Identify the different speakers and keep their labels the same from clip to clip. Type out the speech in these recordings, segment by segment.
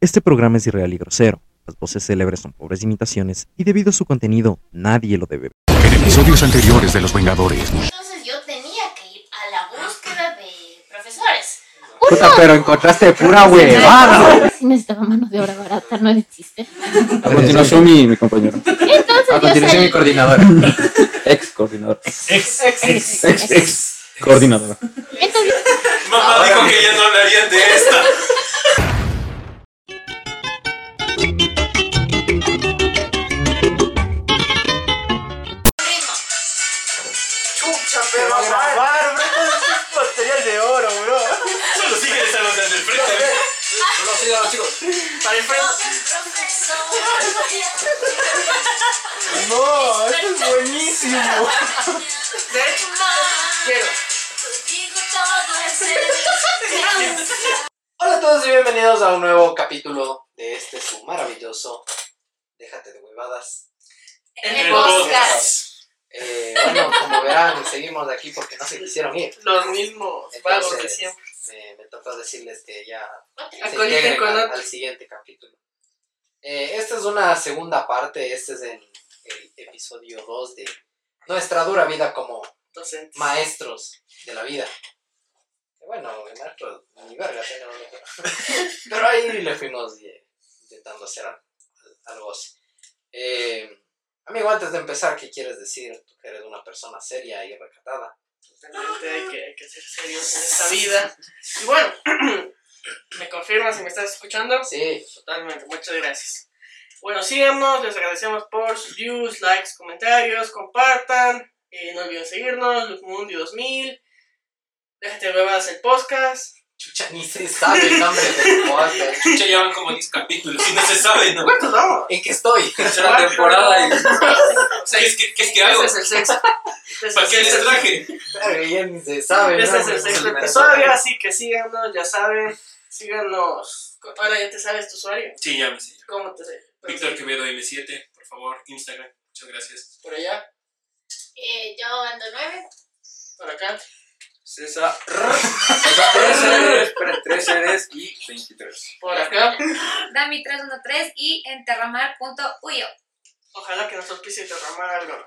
Speaker 1: Este programa es irreal y grosero. Las voces célebres son pobres imitaciones y debido a su contenido, nadie lo debe ver.
Speaker 2: En episodios anteriores de Los Vengadores.
Speaker 3: Entonces yo tenía que ir a la búsqueda de profesores.
Speaker 4: Puta, pero encontraste pura huevada.
Speaker 3: Sí necesitaba mano de obra barata, no existe.
Speaker 5: Ah,
Speaker 4: A continuación, mi, mi compañero.
Speaker 3: Entonces
Speaker 4: A
Speaker 3: yo
Speaker 4: continuación, mi
Speaker 3: salí.
Speaker 4: coordinadora. Ex coordinadora.
Speaker 3: Ex-
Speaker 4: Ex, ex coordinadora.
Speaker 3: Entonces,
Speaker 6: Mamá dijo que ya no hablarían de esta.
Speaker 3: ritmo.
Speaker 6: Solo siguen a los del frente.
Speaker 3: No, esto es buenísimo. De hecho, quiero.
Speaker 7: Hola a todos y bienvenidos a un nuevo capítulo de este su maravilloso Déjate de huevadas.
Speaker 3: En el podcast.
Speaker 7: Eh, bueno, como verán, seguimos aquí porque no se quisieron ir.
Speaker 8: Los mismos vagos que
Speaker 7: Entonces,
Speaker 8: siempre.
Speaker 7: me, me toca decirles que ya se
Speaker 8: Acólito y
Speaker 7: integren al,
Speaker 8: conote.
Speaker 7: al siguiente capítulo. Eh, esta es una segunda parte, este es el, el episodio 2 de nuestra dura vida como
Speaker 8: Docentes.
Speaker 7: maestros de la vida. Que Bueno, maestros, ni verga tenemos. ¿no? Pero ahí le fuimos eh, intentando hacer al- algo así. Eh, amigo, antes de empezar, ¿qué quieres decir? Tú que eres una persona seria y recatada.
Speaker 8: Realmente hay que, hay que ser serios en esta vida. Y bueno, me confirman si me estás escuchando.
Speaker 7: Sí,
Speaker 8: Totalmente, muchas gracias. Bueno, síganos, les agradecemos por sus views, likes, comentarios, compartan. eh, no olviden seguirnos, Luzmundi 2000. Déjate de huevadas el podcast.
Speaker 7: chucha, ni se sabe el nombre del podcast.
Speaker 6: Chucha, llevan como 10 capítulos y no se sabe, ¿no?
Speaker 8: ¿Cuántos vamos?
Speaker 7: ¿En qué estoy?
Speaker 6: Es una temporada. y- ¿Qué es que, qué es que hago?
Speaker 8: Este es el sexto. Este es
Speaker 6: ¿Para
Speaker 8: el
Speaker 6: qué les
Speaker 8: sexto.
Speaker 6: traje?
Speaker 7: Verga, ya ni se sabe. el
Speaker 8: Este es
Speaker 7: nombre
Speaker 8: el
Speaker 7: del
Speaker 8: sexto
Speaker 7: primer
Speaker 8: episodio,
Speaker 7: podcast.
Speaker 8: así que síganos, ya saben, síganos. Ahora ya te sabes tu usuario.
Speaker 6: Sí, ya me sé.
Speaker 8: ¿Cómo te
Speaker 6: Víctor Quevedo M7, por favor, Instagram. Muchas gracias.
Speaker 8: Por allá,
Speaker 3: Eh, Yo ando nueve.
Speaker 8: por acá.
Speaker 5: César. Tres R's, espera, tres R's y 23.
Speaker 8: Por acá.
Speaker 9: Dami313 y enterramar.uyo.
Speaker 8: Ojalá que nos auspicie derramar algo.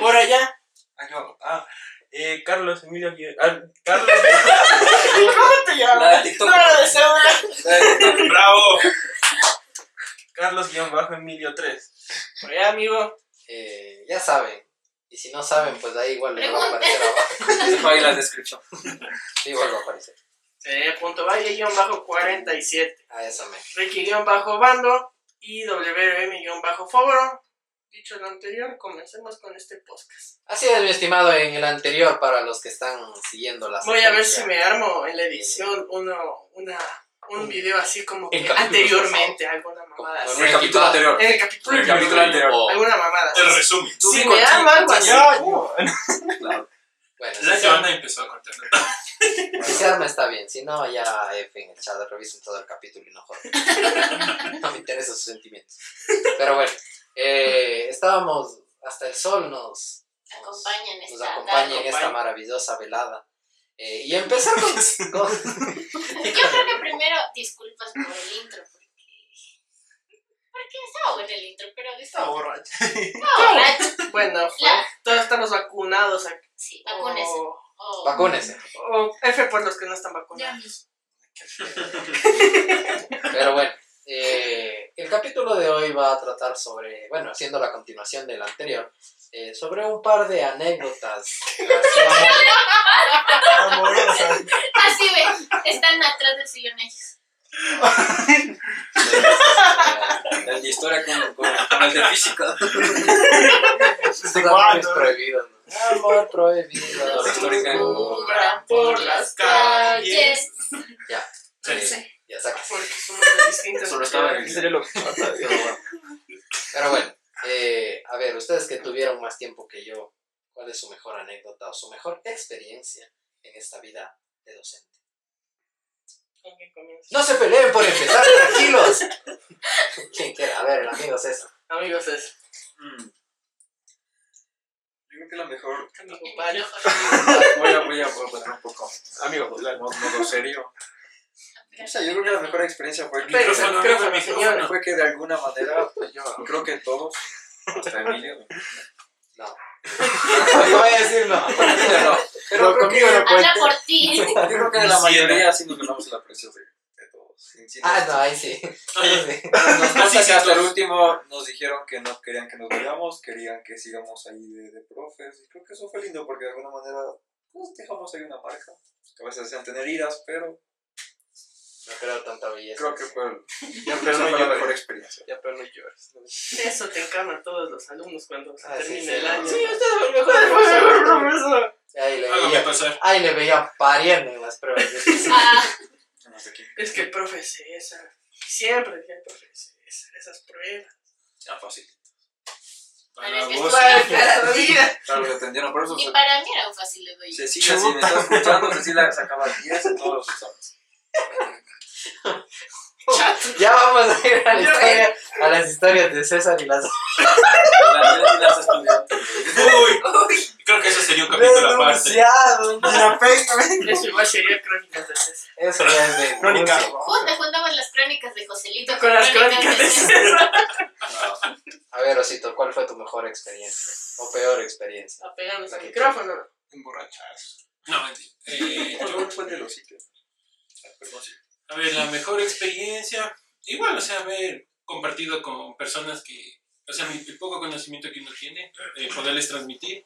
Speaker 8: Por allá.
Speaker 5: Acá, ah, eh, Carlos Emilio Aguirre- ah, Carlos.
Speaker 8: ¿Cómo te
Speaker 5: La
Speaker 8: llamas?
Speaker 5: de TikTok.
Speaker 8: No lo deseo.
Speaker 6: ¡Bravo!
Speaker 5: Carlos guión bajo Emilio 3.
Speaker 8: Por allá, amigo.
Speaker 7: Eh, ya saben. Y si no saben, pues ahí igual les va a aparecer abajo.
Speaker 5: Dejo ahí la descripción.
Speaker 7: Sí, igual va a aparecer.
Speaker 8: Eh, punto valle guión bajo 47.
Speaker 7: Ah, eso me.
Speaker 8: Ricky guión bajo bando y WM guión bajo favoro. Dicho lo anterior, comencemos con este podcast.
Speaker 7: Así es, mi estimado, en el anterior, para los que están siguiendo la
Speaker 8: Voy a ver
Speaker 7: secuencia.
Speaker 8: si me armo en la edición uno, una, un video así como que
Speaker 7: En capítulos,
Speaker 8: anteriormente, alguna
Speaker 7: Como-
Speaker 8: mamada.
Speaker 7: como
Speaker 8: así.
Speaker 5: En el capítulo anterior.
Speaker 8: En el capítulo.
Speaker 5: En el capítulo anterior.
Speaker 7: O-
Speaker 8: Alguna mamada. así.
Speaker 6: El resumen.
Speaker 8: Si
Speaker 5: Sí,
Speaker 8: me
Speaker 5: con-
Speaker 8: arma algo
Speaker 5: con-
Speaker 8: así.
Speaker 5: Claro.
Speaker 8: Pues
Speaker 7: Bueno,
Speaker 6: La
Speaker 7: si se,
Speaker 6: Joana empezó a cortar.
Speaker 7: si se arma está bien, si no, ya F en el chat, revisen todo el capítulo y no jodan. no me interesan sus sentimientos. Pero bueno, eh, estábamos hasta el sol nos, nos,
Speaker 3: Acompañan
Speaker 7: nos
Speaker 3: esta
Speaker 7: acompaña en
Speaker 3: tarde.
Speaker 7: esta maravillosa velada. Eh, y empezar con, con-
Speaker 3: Yo creo que primero disculpas por el intro, porque. Porque estaba bueno el intro, pero
Speaker 8: Está
Speaker 3: estaba
Speaker 8: borracho.
Speaker 3: borracho.
Speaker 8: Bueno, fue-
Speaker 3: La-
Speaker 8: todos estamos vacunados aquí.
Speaker 3: Sí, Oh. vacúnese.
Speaker 8: O,
Speaker 3: O-
Speaker 7: vacúnense.
Speaker 8: o F por los que no están vacunados.
Speaker 7: Pero bueno, eh, el capítulo de hoy va a tratar sobre, bueno, haciendo la continuación del anterior, eh, sobre un par de anécdotas.
Speaker 5: Amorosa.
Speaker 3: Así ve, están atrás del sillón ellos.
Speaker 5: El de historia con, con, con el de física.
Speaker 7: Son amores prohibidos, ¿no? Amor prohibido.
Speaker 3: Los
Speaker 5: histórica.
Speaker 3: deslumbran
Speaker 8: por las
Speaker 3: Oh,
Speaker 8: calles.
Speaker 7: Ya.
Speaker 6: Sí.
Speaker 7: eh, ya sacas.
Speaker 8: Porque somos de distintas
Speaker 5: Solo estaba en el
Speaker 8: sociedades.
Speaker 5: serio lo que pasa.
Speaker 7: Pero bueno, Pero bueno, eh, a ver, ustedes que tuvieron más tiempo que yo, ¿cuál es su mejor anécdota o su mejor experiencia en esta vida de docente?
Speaker 8: ¿Con quién comienzo?
Speaker 7: No se peleen por empezar, tranquilos. ¿Quién quiere? A ver, el amigo César.
Speaker 8: Amigos, es
Speaker 5: Mm. Yo creo que la mejor.
Speaker 8: mi compañero.
Speaker 5: Voy a, voy a, voy a poner un poco. Amigo, la- no, no, serio. O sea, yo creo que la mejor experiencia fue que,
Speaker 8: Pero-
Speaker 6: Micrófono,
Speaker 8: creo que
Speaker 6: amigo,
Speaker 8: mi señora-
Speaker 5: fue que de alguna manera, pues, yo creo que todos, hasta Emilio,
Speaker 7: No voy a decir no.
Speaker 5: no, pero creo que,
Speaker 7: conmigo no
Speaker 3: Habla por ti.
Speaker 5: yo creo que de la mayoría sí nos ganamos el aprecio de, de todos. Sin- sin-
Speaker 7: Ah, no, ahí sí.
Speaker 5: Nos pasa
Speaker 6: Sí, sí,
Speaker 5: que hasta el
Speaker 6: todos.
Speaker 5: último nos dijeron que no querían que nos vayamos, querían que sigamos ahí de, de profes. Y creo que eso fue lindo porque de alguna manera pues, dejamos ahí una marca. Que a veces hacían tener iras, pero
Speaker 7: No creo tanta belleza.
Speaker 5: creo que fue,
Speaker 7: Ya,
Speaker 5: esa fue la
Speaker 7: llores.
Speaker 5: mejor experiencia.
Speaker 7: Ya, pero no llores.
Speaker 8: Eso te encanta a todos los alumnos cuando se
Speaker 7: Ah, sí,
Speaker 8: termina
Speaker 7: sí.
Speaker 8: el año.
Speaker 7: Sí, usted
Speaker 8: es el mejor profesor.
Speaker 7: Ahí le
Speaker 6: Hágame
Speaker 7: veía,
Speaker 6: pasar.
Speaker 7: ahí le veía pariendo en las pruebas.
Speaker 3: Ah,
Speaker 5: Hasta aquí.
Speaker 8: Es que el profe César. Siempre decía el profe César. Esas pruebas.
Speaker 6: Ah, fácil.
Speaker 3: Pero es
Speaker 6: Para
Speaker 3: que
Speaker 6: vos.
Speaker 3: estoy-
Speaker 5: Claro, lo entendieron, por eso
Speaker 3: ni
Speaker 5: se-
Speaker 3: para mí era un fácil de doy.
Speaker 5: Cecilia, si me está escuchando, Cecilia sacaba 10 en todos los exámenes.
Speaker 7: Ya vamos a ir a la historia, a las historias de César y las.
Speaker 5: Y las- y las estudiantes.
Speaker 6: Uy, creo que eso sería un capítulo aparte.
Speaker 7: Denunciado, ya.
Speaker 8: Eso igual sería crónicas de César.
Speaker 7: Eso ya es de.
Speaker 5: Crónica.
Speaker 3: Junta, juntamos las crónicas de Joselito
Speaker 8: Con las crónicas de
Speaker 3: César.
Speaker 8: César.
Speaker 7: A ver, Osito, ¿cuál fue tu mejor experiencia? O peor experiencia.
Speaker 8: Apegamos al micrófono.
Speaker 5: Emborrachas.
Speaker 6: No, mentira. Eh, yo-
Speaker 5: ¿Cuál fue el de los sitios? Perdón, sí.
Speaker 6: a ver, la mejor experiencia. Igual, o sea, haber compartido con personas que. O sea, mi- el poco conocimiento que uno tiene, eh, poderles transmitir.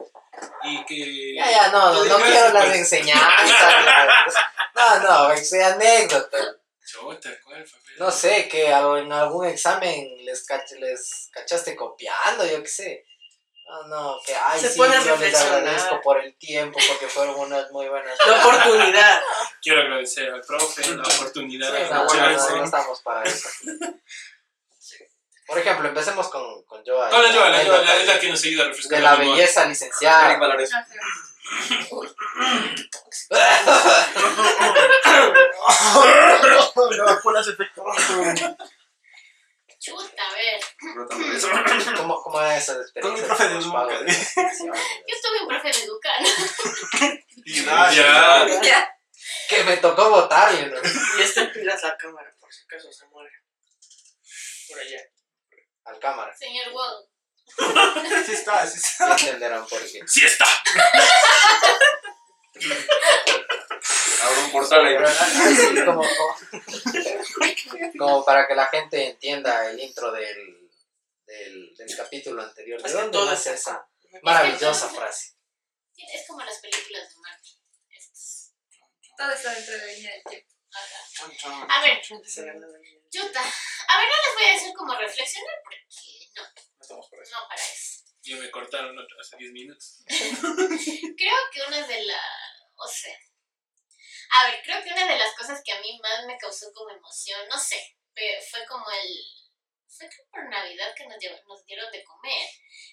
Speaker 6: Y que.
Speaker 7: Ya, ya, no, no, no
Speaker 6: Gracias,
Speaker 7: quiero las
Speaker 6: pues.
Speaker 7: enseñanzas. las- No, no, ex- anécdota.
Speaker 6: Chota, ¿cuál fue?
Speaker 7: No sé, que al- en algún examen les, cach- les cachaste copiando, yo qué sé. No, no, que ay,
Speaker 8: Se
Speaker 7: sí,
Speaker 8: pone a
Speaker 7: yo les
Speaker 8: reflexionar.
Speaker 7: agradezco por el tiempo, porque fueron unas muy buenas.
Speaker 8: La oportunidad.
Speaker 6: Quiero agradecer al profe la oportunidad
Speaker 7: Sí,
Speaker 6: de
Speaker 7: no, bueno, no,
Speaker 6: escucharse.
Speaker 7: no estamos para eso. Por ejemplo, empecemos con, con Joa.
Speaker 6: Hola, Joa, la Joa,
Speaker 7: anécdota
Speaker 6: la- es la que nos ayuda a refrescar
Speaker 7: De la
Speaker 6: el humor.
Speaker 7: belleza
Speaker 5: Eric
Speaker 7: licenciada.
Speaker 5: Valores.
Speaker 3: Chuta, a ver.
Speaker 5: Brotando de eso.
Speaker 7: ¿Cómo, ¿Cómo era esa experiencia?
Speaker 10: Con mi profe de
Speaker 7: los pagos
Speaker 10: educa.
Speaker 7: de educación?
Speaker 3: Yo tuve un profe de Educan.
Speaker 6: Ya,
Speaker 9: Ya.
Speaker 7: que me tocó votarle, ¿no?
Speaker 8: Y este pilas la cámara, por si acaso se muere. Por allá.
Speaker 7: Al cámara.
Speaker 3: Señor Wong.
Speaker 10: Sí está, sí está.
Speaker 7: Ya entenderán por qué.
Speaker 6: ¡Sí está!
Speaker 5: Abro un portal ahí.
Speaker 7: Pero nada, sí, como, como, como para que la gente entienda el intro del, del, del capítulo anterior. ¿De
Speaker 8: Es que
Speaker 7: dónde
Speaker 8: todo
Speaker 7: es
Speaker 8: es-
Speaker 7: esa maravillosa frase?
Speaker 3: Es como las películas de Marvel. Estas.
Speaker 9: Todo está dentro de la línea del tiempo.
Speaker 3: Ajá. A ver,
Speaker 8: Se gana la vida.
Speaker 3: Chuta. A ver, no les voy a decir cómo reflexionar porque no,
Speaker 5: No estamos por eso.
Speaker 3: no para eso.
Speaker 6: Ya me cortaron otro- hace 10 minutos.
Speaker 3: Creo que una de las. O sea. A ver, creo que una de las cosas que a mí más me causó como emoción, no sé, fue- fue como el. Fue que por Navidad que nos, lleva- nos dieron de comer.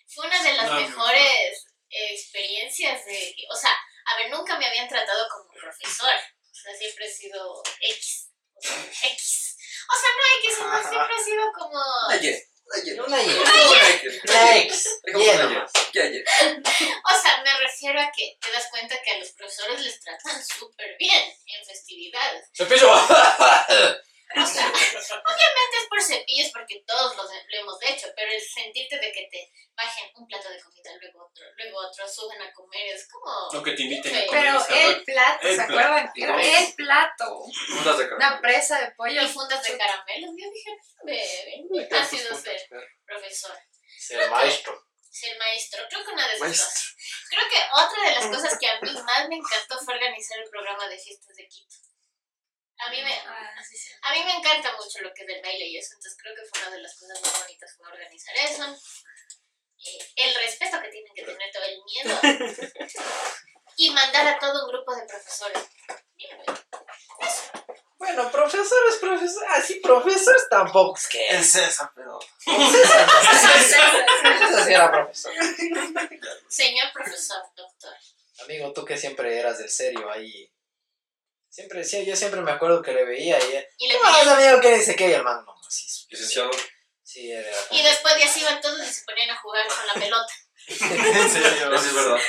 Speaker 3: Fue una de las
Speaker 6: No, no, no.
Speaker 3: mejores eh, experiencias de. O sea, a ver, nunca me habían tratado como profesora. O sea, siempre he sido X. O sea, X. O sea, no X, sino siempre he sido como.
Speaker 5: Ayer. Ayer.
Speaker 7: Una ayer.
Speaker 5: Ayer.
Speaker 7: Likes.
Speaker 5: Dejamos
Speaker 7: Bien,
Speaker 5: una ayer.
Speaker 7: nomás.
Speaker 5: ¿Qué ayer?
Speaker 3: O sea, me refiero a que te das cuenta que a los profesores les tratan súper bien en festividades.
Speaker 7: Cepillo.
Speaker 3: O sea, obviamente es por cepillos porque todos los- lo hemos hecho, pero el sentirte de que te bajen un plato de comida, luego otro, luego otro, suben a comer, es como...
Speaker 6: Lo que te inviten a
Speaker 3: Pero
Speaker 6: comer.
Speaker 9: Pero
Speaker 6: o sea,
Speaker 9: el plato,
Speaker 6: El
Speaker 9: ¿se
Speaker 6: plato.
Speaker 9: acuerdan? Era el plato.
Speaker 5: Puntas de
Speaker 9: Una
Speaker 5: carne.
Speaker 9: presa de pollo.
Speaker 3: Y fundas de caramelos, yo dije, bebé, ha sido ser profesor,
Speaker 7: El maestro.
Speaker 3: ser maestro, creo que una de esas
Speaker 7: Pues,
Speaker 5: Maestro.
Speaker 3: cosas. Creo que otra de las cosas que a mí más me encantó fue organizar el programa de fiestas de Quito. A mí me,
Speaker 9: Ah, sí, sí.
Speaker 3: A mí me encanta mucho lo que es el baile y eso, entonces creo que fue una de las cosas más bonitas fue organizar eso. Eh, el respeto que tienen que tener, todo el miedo. y mandar a todo un grupo de profesores. Mira, güey,
Speaker 7: Bueno, profesores, profesores. Así, profesores tampoco es que.
Speaker 10: El César, pero.
Speaker 7: Eso sí era profesor.
Speaker 3: Señor profesor, doctor.
Speaker 7: Amigo, tú que siempre eras del serio ahí. Siempre, sí, yo siempre me acuerdo que le veía y. eh,
Speaker 3: Y, le
Speaker 7: ¿Qué más,
Speaker 3: pedían-
Speaker 7: amigo? ¿Qué dice qué, hermano? No, sí, sí,
Speaker 5: Licenciado.
Speaker 7: sí, era.
Speaker 3: y después ya se iban todos y se ponían a jugar con la pelota.
Speaker 10: En serio.
Speaker 5: Eso es verdad.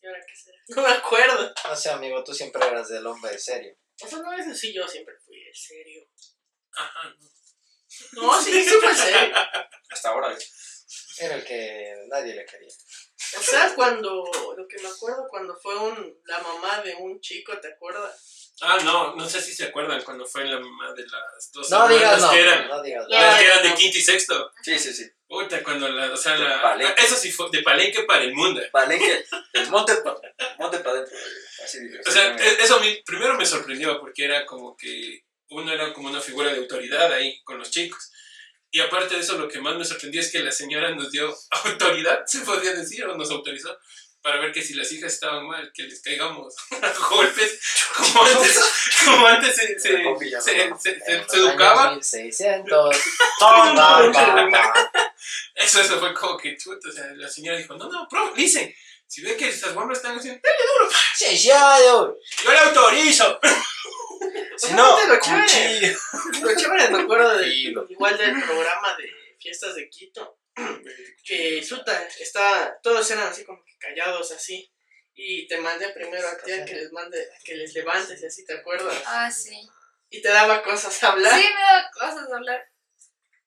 Speaker 8: ¿Y ahora qué será? No me acuerdo.
Speaker 7: No sé, amigo, tú siempre eras del hombre serio.
Speaker 8: O sea, no es así, yo siempre fui el serio.
Speaker 6: Ajá.
Speaker 8: No, sí, súper serio.
Speaker 5: Hasta ahora.
Speaker 7: Era el que nadie le quería.
Speaker 8: O sea, cuando, lo que me acuerdo, cuando fue un, la mamá de un chico, ¿te acuerdas?
Speaker 6: Ah, no, no sé si se acuerdan cuando fue la mamá de las dos
Speaker 7: No digas
Speaker 6: hermanas
Speaker 7: no.
Speaker 6: que eran.
Speaker 7: No digas no.
Speaker 8: Ya.
Speaker 6: Las que eran de
Speaker 8: no.
Speaker 6: quinto y sexto.
Speaker 5: Sí, sí, sí.
Speaker 6: Puta, cuando la. O sea,
Speaker 5: De
Speaker 6: la.
Speaker 5: Palenque.
Speaker 6: Eso sí fue de palenque para el mundo.
Speaker 5: Palenque. El monte para monte pa adentro. Así digo.
Speaker 6: O sea, e- eso a mí primero me sorprendió porque era como que uno era como una figura de autoridad ahí con los chicos. Y aparte de eso, lo que más me sorprendió es que la señora nos dio autoridad, se podría decir, o nos autorizó para ver que si las hijas estaban mal, que les caigamos a golpes, como antes, como antes se, se, se, se- se- se educaba.
Speaker 7: 1600.
Speaker 6: Ton, ton,
Speaker 7: ton,
Speaker 6: Eso, eso fue como que chuta, o sea, la señora dijo, no, no, profe, dice, si ve que estas guambras están haciendo,
Speaker 7: Sí, sí, ay, uy.
Speaker 6: yo le autorizo.
Speaker 8: O
Speaker 5: Si
Speaker 8: sea,
Speaker 5: no,
Speaker 8: aparte lo chévere,
Speaker 5: cuchillo.
Speaker 8: lo chévere, me acuerdo de,
Speaker 7: Tranquilo.
Speaker 8: igual del programa de fiestas de Quito, que Suta, está, todos eran así como que callados, así. Y te mandé primero a ti a que les mande, a que les levantes y así, ¿te acuerdas?
Speaker 9: Ah, sí.
Speaker 8: Y te daba cosas a hablar.
Speaker 9: Sí, me da cosas de hablar.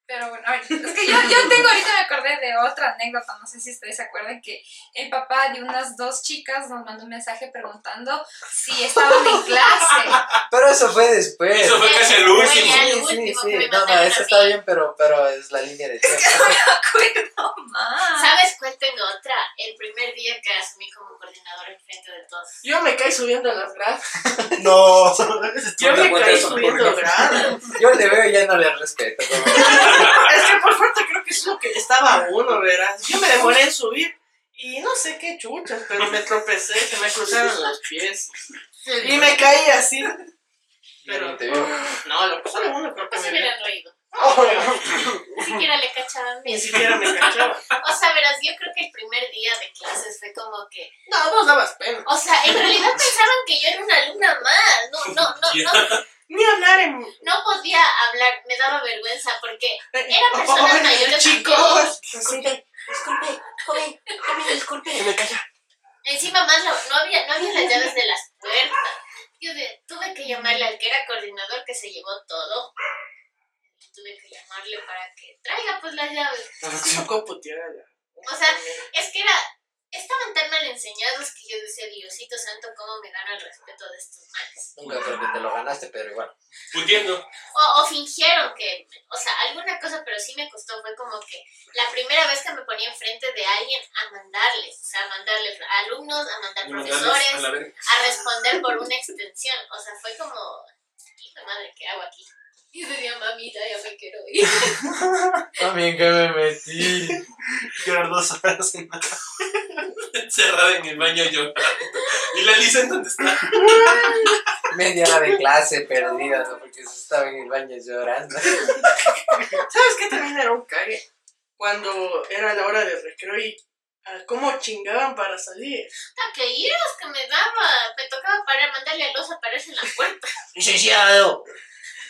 Speaker 9: Pero bueno, a ver, es que yo, yo tengo ahorita me acordé de otra anécdota, no sé si ustedes se acuerdan que el papá de unas dos chicas nos mandó un mensaje preguntando si estaban en clase.
Speaker 7: Pero eso fue después.
Speaker 6: Eso fue casi el
Speaker 3: Sí,
Speaker 6: último.
Speaker 3: ya el
Speaker 7: Sí, sí,
Speaker 3: último que me
Speaker 7: sí. No, no,
Speaker 3: mandaron
Speaker 7: eso
Speaker 3: a
Speaker 7: está
Speaker 3: mí.
Speaker 7: bien, pero, pero es la línea de tiempo.
Speaker 9: No más.
Speaker 3: ¿Sabes cuál tengo otra? El primer día que asumí como coordinadora enfrente de todos.
Speaker 8: Yo me caí subiendo las gradas.
Speaker 7: No.
Speaker 8: Yo
Speaker 5: Ponte
Speaker 8: me
Speaker 5: a cuenta
Speaker 8: caí
Speaker 5: eso,
Speaker 8: subiendo
Speaker 5: porque-
Speaker 8: gradas.
Speaker 7: Yo le veo y ya no le respeto.
Speaker 8: Es que por suerte creo que es lo que estaba uno, verás. Yo me demoré en subir. Y no sé qué chuchas, pero me tropecé, se me cruzaron los pies. Y me caí así. Pero
Speaker 7: Te veo.
Speaker 8: no, lo que solo uno creo que
Speaker 3: No se
Speaker 8: me vio. Oh,
Speaker 3: hubieran reído. Ni siquiera le cachaban
Speaker 8: Ni
Speaker 3: bien.
Speaker 8: siquiera me cachaba.
Speaker 3: O sea, verás, yo creo que el primer día de clases fue como que.
Speaker 8: No, vos dabas pena.
Speaker 3: O sea, en realidad pensaban que yo era una alumna más. No, no, no, no,
Speaker 8: Ni hablar en.
Speaker 3: no podía hablar. Me daba vergüenza porque eran
Speaker 8: Oh,
Speaker 3: personas mayores. que yo.
Speaker 8: Chicos.
Speaker 3: Encima más no, no había, no había las llaves de las puertas. Yo de- tuve que llamarle al que era coordinador que se llevó todo. Tuve que llamarle para que traiga pues las llaves.
Speaker 8: Me tocó putear a la-
Speaker 3: O sea, Es que era, estaban tan mal enseñados que yo decía, Diosito Santo, ¿cómo me gano el respeto de estos males?
Speaker 7: Nunca creo que te lo ganaste, pero igual.
Speaker 6: Pudiendo.
Speaker 3: O, o fingieron que, o sea, alguna cosa, pero sí me costó, fue como que la primera vez que me ponía enfrente de alguien a mandarles, o sea, a mandarles a alumnos, a mandar
Speaker 6: Y mandarles a la
Speaker 3: profesores,
Speaker 6: verga.
Speaker 3: a responder por una extensión, o sea, fue como, hijo de madre, ¿qué hago aquí? Y yo decía, mamita, ya me quiero ir.
Speaker 7: También que me metí.
Speaker 10: Llorar dos horas en la
Speaker 6: Encerrada en el baño llorando. ¿Y la Lisa en dónde está?
Speaker 7: Media hora de clase perdida, ¿no? Porque se estaba en el baño llorando.
Speaker 8: ¿Sabes qué también era un cague? Cuando era la hora de recreo y ah, cómo chingaban para salir.
Speaker 3: Puta, que iras que me daba, me tocaba parar, mandarle a los a pararse en la puerta.
Speaker 7: ¡Licenciado!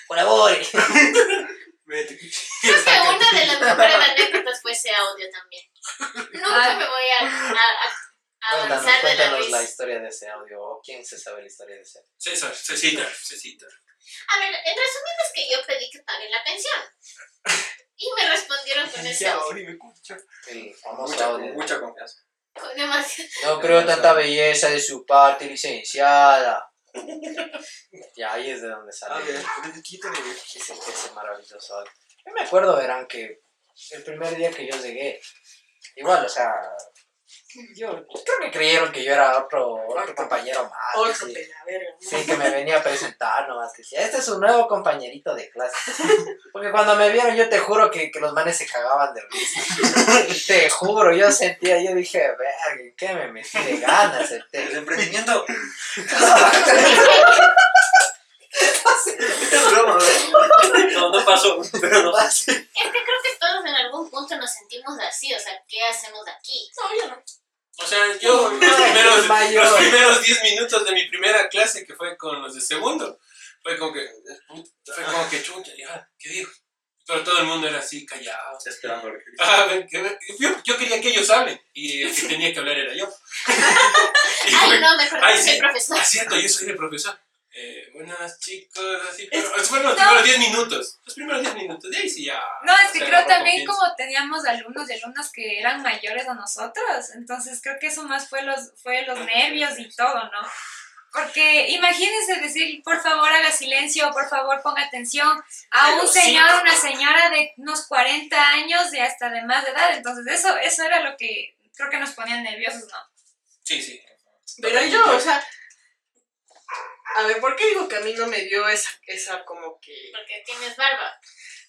Speaker 7: ¡Colabore!
Speaker 6: Vete.
Speaker 3: Creo que una de las mejores anécdotas fue ese audio también. Nunca
Speaker 9: Ay.
Speaker 3: me voy a, a- a- a
Speaker 7: Cuéntanos,
Speaker 3: avanzar de la
Speaker 7: cuéntanos la
Speaker 3: risa.
Speaker 7: historia de ese audio. ¿O quién se sabe la historia de ese audio?
Speaker 6: César, Cecita, Cecita.
Speaker 3: A ver, en resumen es que yo pedí que paguen la pensión. Y me respondieron con ese audio.
Speaker 7: El famoso
Speaker 5: Mucha,
Speaker 7: audio.
Speaker 5: mucha confianza.
Speaker 3: Con demasiado.
Speaker 7: No creo tanta belleza de su parte, licenciada. Y Ah, ahí es de donde
Speaker 5: A
Speaker 7: sale
Speaker 5: ver,
Speaker 7: ese, ese maravilloso audio. Yo me acuerdo, verán, que el primer día que yo llegué, igual, o sea, yo creo que creyeron que yo era otro, otro compañero más.
Speaker 3: Ah,
Speaker 8: Otro
Speaker 7: sí.
Speaker 8: de la verga. ¿no?
Speaker 7: Sí, que me venía a presentar nomás, que decía, este es un nuevo compañerito de clase. Porque cuando me vieron, yo te juro que, que los manes se cagaban de risa. te juro, yo sentía, yo dije, verga, ¿en ¿qué me metí de ganas?
Speaker 5: el
Speaker 7: Este?
Speaker 5: emprendimiento. No, no pasó, pero no.
Speaker 3: Es que creo que todos en algún punto nos sentimos así. O sea, ¿qué hacemos aquí? No, yo no.
Speaker 6: O sea, yo los primeros, los primeros 10 minutos de mi primera clase, que fue con los de segundo, fue como que, fue como que chucha, ya, ¿qué digo? Pero todo el mundo era así, callado.
Speaker 5: Esperando el
Speaker 6: Ah, ven, que- yo, yo quería que ellos hablen, y el que tenía que hablar era yo.
Speaker 3: Ay, no, mejor
Speaker 6: Ay,
Speaker 3: no soy
Speaker 6: sí.
Speaker 3: profesor.
Speaker 6: Ah, cierto, yo soy el profesor. Eh, buenas chicos, así.
Speaker 8: Es-
Speaker 6: Pero, bueno, los
Speaker 9: no.
Speaker 6: primeros 10 minutos. Los primeros 10 minutos. De ahí sí ya.
Speaker 9: No, es que
Speaker 6: se
Speaker 9: creo
Speaker 6: agarra
Speaker 9: también
Speaker 6: confianza.
Speaker 9: como teníamos alumnos y alumnas que eran mayores a nosotros, entonces creo que eso más fue los, fue los nervios y todo, ¿no? Porque imagínense decir, por favor haga silencio, por favor ponga atención a
Speaker 6: Pero
Speaker 9: un
Speaker 6: sí.
Speaker 9: señor o una señora de unos 40 años y hasta de más de edad, entonces eso, eso era lo que creo que nos ponían nerviosos, ¿no?
Speaker 6: Sí, sí.
Speaker 8: Pero yo, o sea. A ver, ¿por qué digo que a mí no me dio esa, esa como que.
Speaker 3: Porque tienes barba.